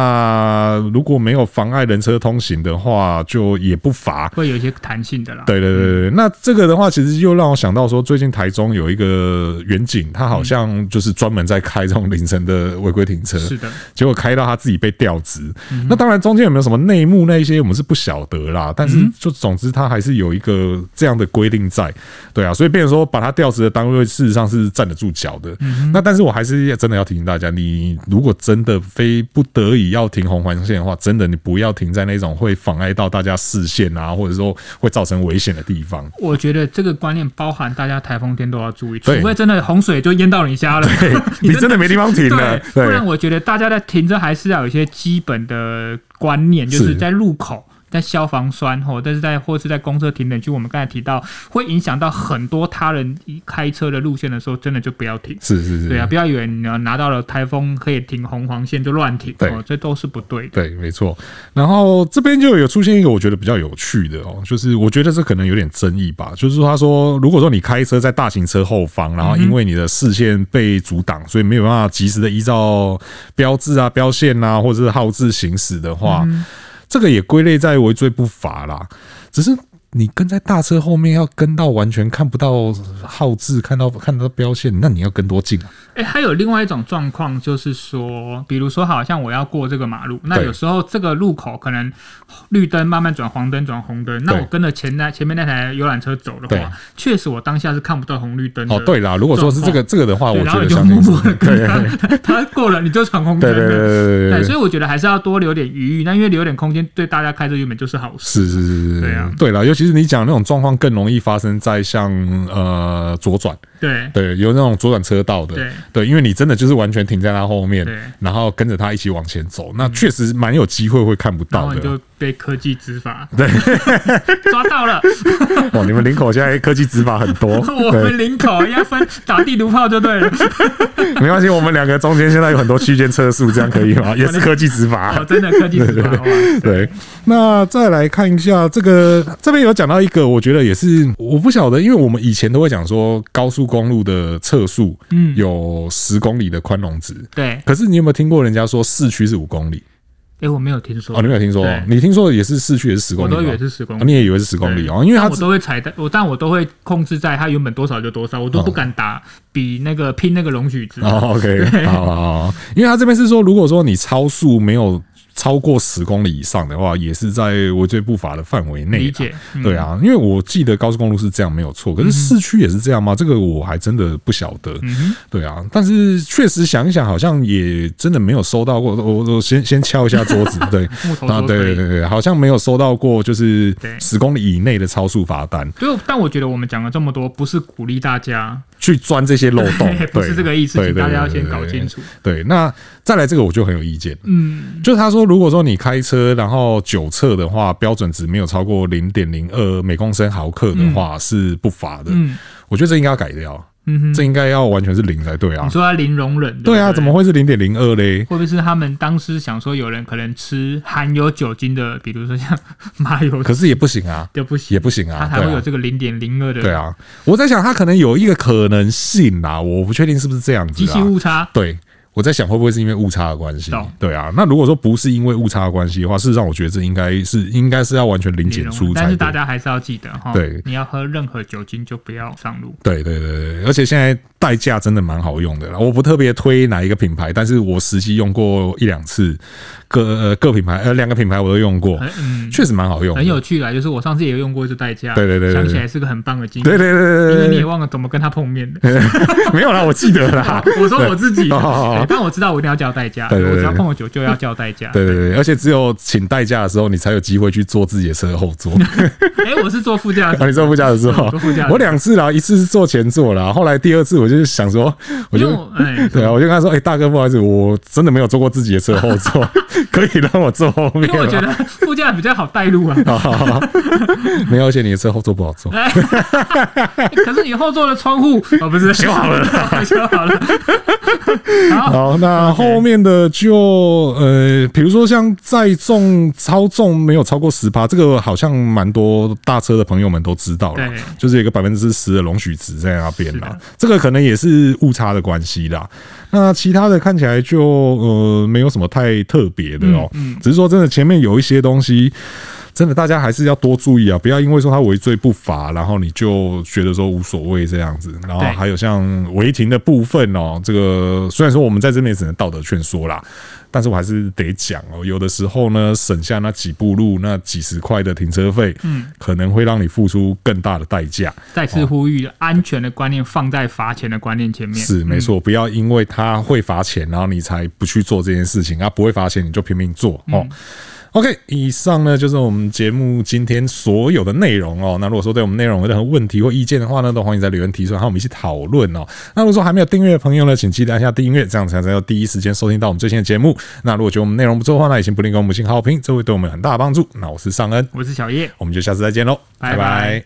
Speaker 1: 那如果没有妨碍人车通行的话，就也不罚。
Speaker 2: 会有一些弹性的啦。嗯
Speaker 1: 对对对对，对那这个的话，其实又让我想到说，最近台中有一个远景，他好像就是专门在开这种凌晨的嗯违规停车，
Speaker 2: 是的，
Speaker 1: 结果开到他自己被调职。那当然中间有没有什么内幕那一些，我们是不晓得啦。但是就总之，他还是有一个这样的规定在，对啊，所以变成说把他调职的单位事实上是站得住脚的。那但是我还是要真的要提醒大家，你如果真的非不得已要停红环线的话，真的你不要停在那种会妨碍到大家视线啊，或者说会造成危险的地方。
Speaker 2: 我觉觉得这个观念包含大家台风天都要注意，除
Speaker 1: 对
Speaker 2: 非真的洪水就淹到你家了，
Speaker 1: 你真的没地方停啊了，
Speaker 2: 对，不然我觉得大家在停车还是要有一些基本的观念，就是是在路口在消防栓吼，但是在或是在公车停等区，我们刚才提到会影响到很多他人开车的路线的时候，真的就不要停。
Speaker 1: 是是是，
Speaker 2: 对啊，不要以为你要拿到了台风可以停红黄线就乱停，
Speaker 1: 对
Speaker 2: 哦，这都是不对的。
Speaker 1: 对，没错。然后这边就有出现一个我觉得比较有趣的哦，就是我觉得这可能有点争议吧。就是说他说，如果说你开车在大型车后方，然后因为你的视线被阻挡，所以没有办法及时的依照标志啊、标线啊，或者是号志行驶的话，这个也归类在违规不罚啦。只是。你跟在大车后面要跟到完全看不到号志，看到看得到标线，那你要跟多近啊？
Speaker 2: 哎、还有另外一种状况，就是说，比如说，好像我要过这个马路，那
Speaker 1: 对
Speaker 2: 有时候这个路口可能绿灯慢慢转黄灯转红灯，那
Speaker 1: 对
Speaker 2: 我跟着前那前面那台游览车走的
Speaker 1: 对
Speaker 2: 话，确实我当下是看不到红绿灯的。
Speaker 1: 哦，对啦，如果说是这个这个的话，
Speaker 2: 对，
Speaker 1: 我觉
Speaker 2: 然后
Speaker 1: 得
Speaker 2: 你就
Speaker 1: 相信
Speaker 2: 默
Speaker 1: 是
Speaker 2: 默的
Speaker 1: 对
Speaker 2: 跟他， 他过了你就闯红灯
Speaker 1: 对对对
Speaker 2: 了。
Speaker 1: 对对对
Speaker 2: 对，所以我觉得还是要多留点余裕，那因为留点空间对大家开车原本就是好事。
Speaker 1: 是是是是，
Speaker 2: 对啊
Speaker 1: 对了，尤其是你讲那种状况更容易发生在像呃左转，
Speaker 2: 对
Speaker 1: 对，有那种左转车道的，
Speaker 2: 对
Speaker 1: 因为你真的就是完全停在他后面
Speaker 2: 对，嗯
Speaker 1: 然后跟着他一起往前走，那确实蛮有机会会看不
Speaker 2: 然
Speaker 1: 到
Speaker 2: 后你
Speaker 1: 的。
Speaker 2: 就被科技执法，对， 抓 到了。，
Speaker 1: 哇，哦你们林口现在科技执法很多
Speaker 2: 我们林口要分打地图炮就对了。
Speaker 1: 对，没关系，我们两个中间现在有很多区间车速，这样可以 吗？也是科技执法。
Speaker 2: 哦，真的科技执法，哇
Speaker 1: 对，那再来看一下这个，这边有讲到一个，我觉得也是我不晓得，因为我们以前都会讲说高速公路的测速，
Speaker 2: 嗯
Speaker 1: 有十公里的宽容值。
Speaker 2: 对，哎、
Speaker 1: 可是你有没有听过人家说市区是五公里？
Speaker 2: 我没有听说，
Speaker 1: 哦，你没有听说
Speaker 2: 对？
Speaker 1: 你听说的也是市区也是十公
Speaker 2: 我
Speaker 1: 里吗？
Speaker 2: 都以为是十公
Speaker 1: 哦
Speaker 2: 里。
Speaker 1: 你也以为是十公里哦，因为它
Speaker 2: 但我都会踩在，我但我都会控制在它原本多少就多少，我都不敢打比那个拼那个容许值。
Speaker 1: 哦，OK，好好好，因为它这边是说，如果说你超速没有超过十公里以上的话，也是在违规不法的范围内啦。
Speaker 2: 理解，嗯
Speaker 1: 对，啊，因为我记得高速公路是这样没有错，可是市区也是这样吗？这个我还真的不晓得。
Speaker 2: 嗯
Speaker 1: 对啊，但是确实想一想，好像也真的没有收到过。我我我先先敲一下桌子， 对，
Speaker 2: 哼，木头
Speaker 1: 啊，
Speaker 2: 说
Speaker 1: 对对
Speaker 2: 对。
Speaker 1: 对对，好像没有收到过，就是
Speaker 2: 对
Speaker 1: 十公里以内的超速罚单，
Speaker 2: 就但我觉得我们讲了这么多，不是鼓励大家，，
Speaker 1: 去钻这些漏洞
Speaker 2: 不是
Speaker 1: 哦对
Speaker 2: 这个意思，
Speaker 1: 对
Speaker 2: 请
Speaker 1: 对
Speaker 2: 大家要
Speaker 1: 对
Speaker 2: 先
Speaker 1: 对
Speaker 2: 搞
Speaker 1: 对
Speaker 2: 清楚。
Speaker 1: 对，那再来这个我就很有意见，
Speaker 2: 嗯，
Speaker 1: 就是他说，如果说你开车然后酒测的话，标准值没有超过零点零二每公升毫克的话、是不罚的。
Speaker 2: 嗯
Speaker 1: 我觉得这应该要改掉，
Speaker 2: 嗯哼，嗯
Speaker 1: 这应该要完全是零才对啊
Speaker 2: 你。说他零容忍，
Speaker 1: 对啊，
Speaker 2: 不
Speaker 1: 怎么会是零点零二嘞？
Speaker 2: 会不会是他们当时想说有人可能吃含有酒精的，比如说像麻油
Speaker 1: 可是也不行啊，
Speaker 2: 就不行，
Speaker 1: 也不行
Speaker 2: 它
Speaker 1: 啊，
Speaker 2: 才
Speaker 1: 对
Speaker 2: 会有
Speaker 1: 啊。
Speaker 2: 这个零点零二
Speaker 1: 对
Speaker 2: 的
Speaker 1: 啊，我在想他可能有一个可能性啦，我不确定是不是这样
Speaker 2: 机
Speaker 1: 子
Speaker 2: 器
Speaker 1: 啊。
Speaker 2: 误差。
Speaker 1: 对，我在想会不会是因为误差的关系
Speaker 2: 懂？
Speaker 1: 对啊，那如果说不是因为误差的关系的话，事实上我觉得这应该是应该是要完全零
Speaker 2: 零
Speaker 1: 检
Speaker 2: 容
Speaker 1: 出
Speaker 2: 忍
Speaker 1: 才
Speaker 2: 但是
Speaker 1: 对。
Speaker 2: 大家还是要记得哈，
Speaker 1: 对
Speaker 2: 你要喝任何酒精就不要上路。
Speaker 1: 对对对对，而且现在代驾真的蛮好用的啦。我不特别推哪一个品牌，但是我实际用过一两次，各、呃、各品牌呃两个品牌我都用过，
Speaker 2: 很嗯，
Speaker 1: 确实蛮好用的
Speaker 2: 很有趣啦，就是我上次也用过这代驾，
Speaker 1: 对对对对
Speaker 2: 想起来是个很棒的经
Speaker 1: 对
Speaker 2: 验。
Speaker 1: 对对
Speaker 2: 因为
Speaker 1: 对
Speaker 2: 你
Speaker 1: 对
Speaker 2: 也忘了怎么跟他碰面 的。
Speaker 1: 对，没有啦，我记得啦。
Speaker 2: 我说我自己，
Speaker 1: 哦哦哦
Speaker 2: 对但我知道我一定要叫代驾，
Speaker 1: 对对对
Speaker 2: 我只要碰了酒就要叫代驾。
Speaker 1: 对对对，而且只有请代驾的时候，你才有机会去坐自己的车后座。
Speaker 2: 哎，我是坐副驾 驶
Speaker 1: 啊，，你坐副驾的时候
Speaker 2: 我坐副驾，驶
Speaker 1: 我两次啦，一次是坐前座啦，后来第二次我就是想说，我
Speaker 2: 因为
Speaker 1: 就
Speaker 2: 我哎，
Speaker 1: 对啊，我就跟他说，哎、大哥，不好意思，我真的没有坐过自己的 车后座， 可以让我坐后面
Speaker 2: 因为我觉
Speaker 1: 吗？
Speaker 2: 得副驾比较好带路啊。
Speaker 1: 啊，没有，而且你的车后座不好坐。
Speaker 2: 哎， 可是你后座的窗户哦，不是修好 了，修好了。好，
Speaker 1: 好，那后面的就呃，比如说像载重、超重没有超过十趴，这个好像蛮多大车的朋友们都知道了
Speaker 2: 对，
Speaker 1: 就是有一个百分之十的容许值在那边
Speaker 2: 是
Speaker 1: 啦
Speaker 2: 的。
Speaker 1: 这个可能也是误差的关系啦。那其他的看起来就呃没有什么太特别的哦，
Speaker 2: 嗯
Speaker 1: 只是说真的前面有一些东西。真的，大家还是要多注意啊！不要因为说他违罪不罚，然后你就觉得说无所谓这样子。然后
Speaker 2: 对
Speaker 1: 还有像违停的部分哦，这个虽然说我们在这边也只能道德劝说啦，但是我还是得讲哦，有的时候呢，省下那几步路、那几十块的停车费，
Speaker 2: 嗯，
Speaker 1: 可能会让你付出更大的代价。
Speaker 2: 再次呼吁，安全的观念放在罚钱的观念前面。
Speaker 1: 是没错，不要因
Speaker 2: 嗯
Speaker 1: 为他会罚钱，然后你才不去做这件事情啊！不会罚钱你就拼命做哦。 OK，以上呢就是我们节目今天所有的内容哦。那如果说对我们内容有任何问题或意见的话呢，都欢迎在留言提出来，和我们一起讨论哦。那如果说还没有订阅的朋友呢，请记得按下订阅，这样才能够第一时间收听到我们最新的节目。那如果觉得我们内容不错的话呢，也请不吝给我们五星好评，这会对我们有很大的帮助。那我是尚恩，
Speaker 2: 我是小叶，
Speaker 1: 我们就下次再见喽，
Speaker 2: 拜拜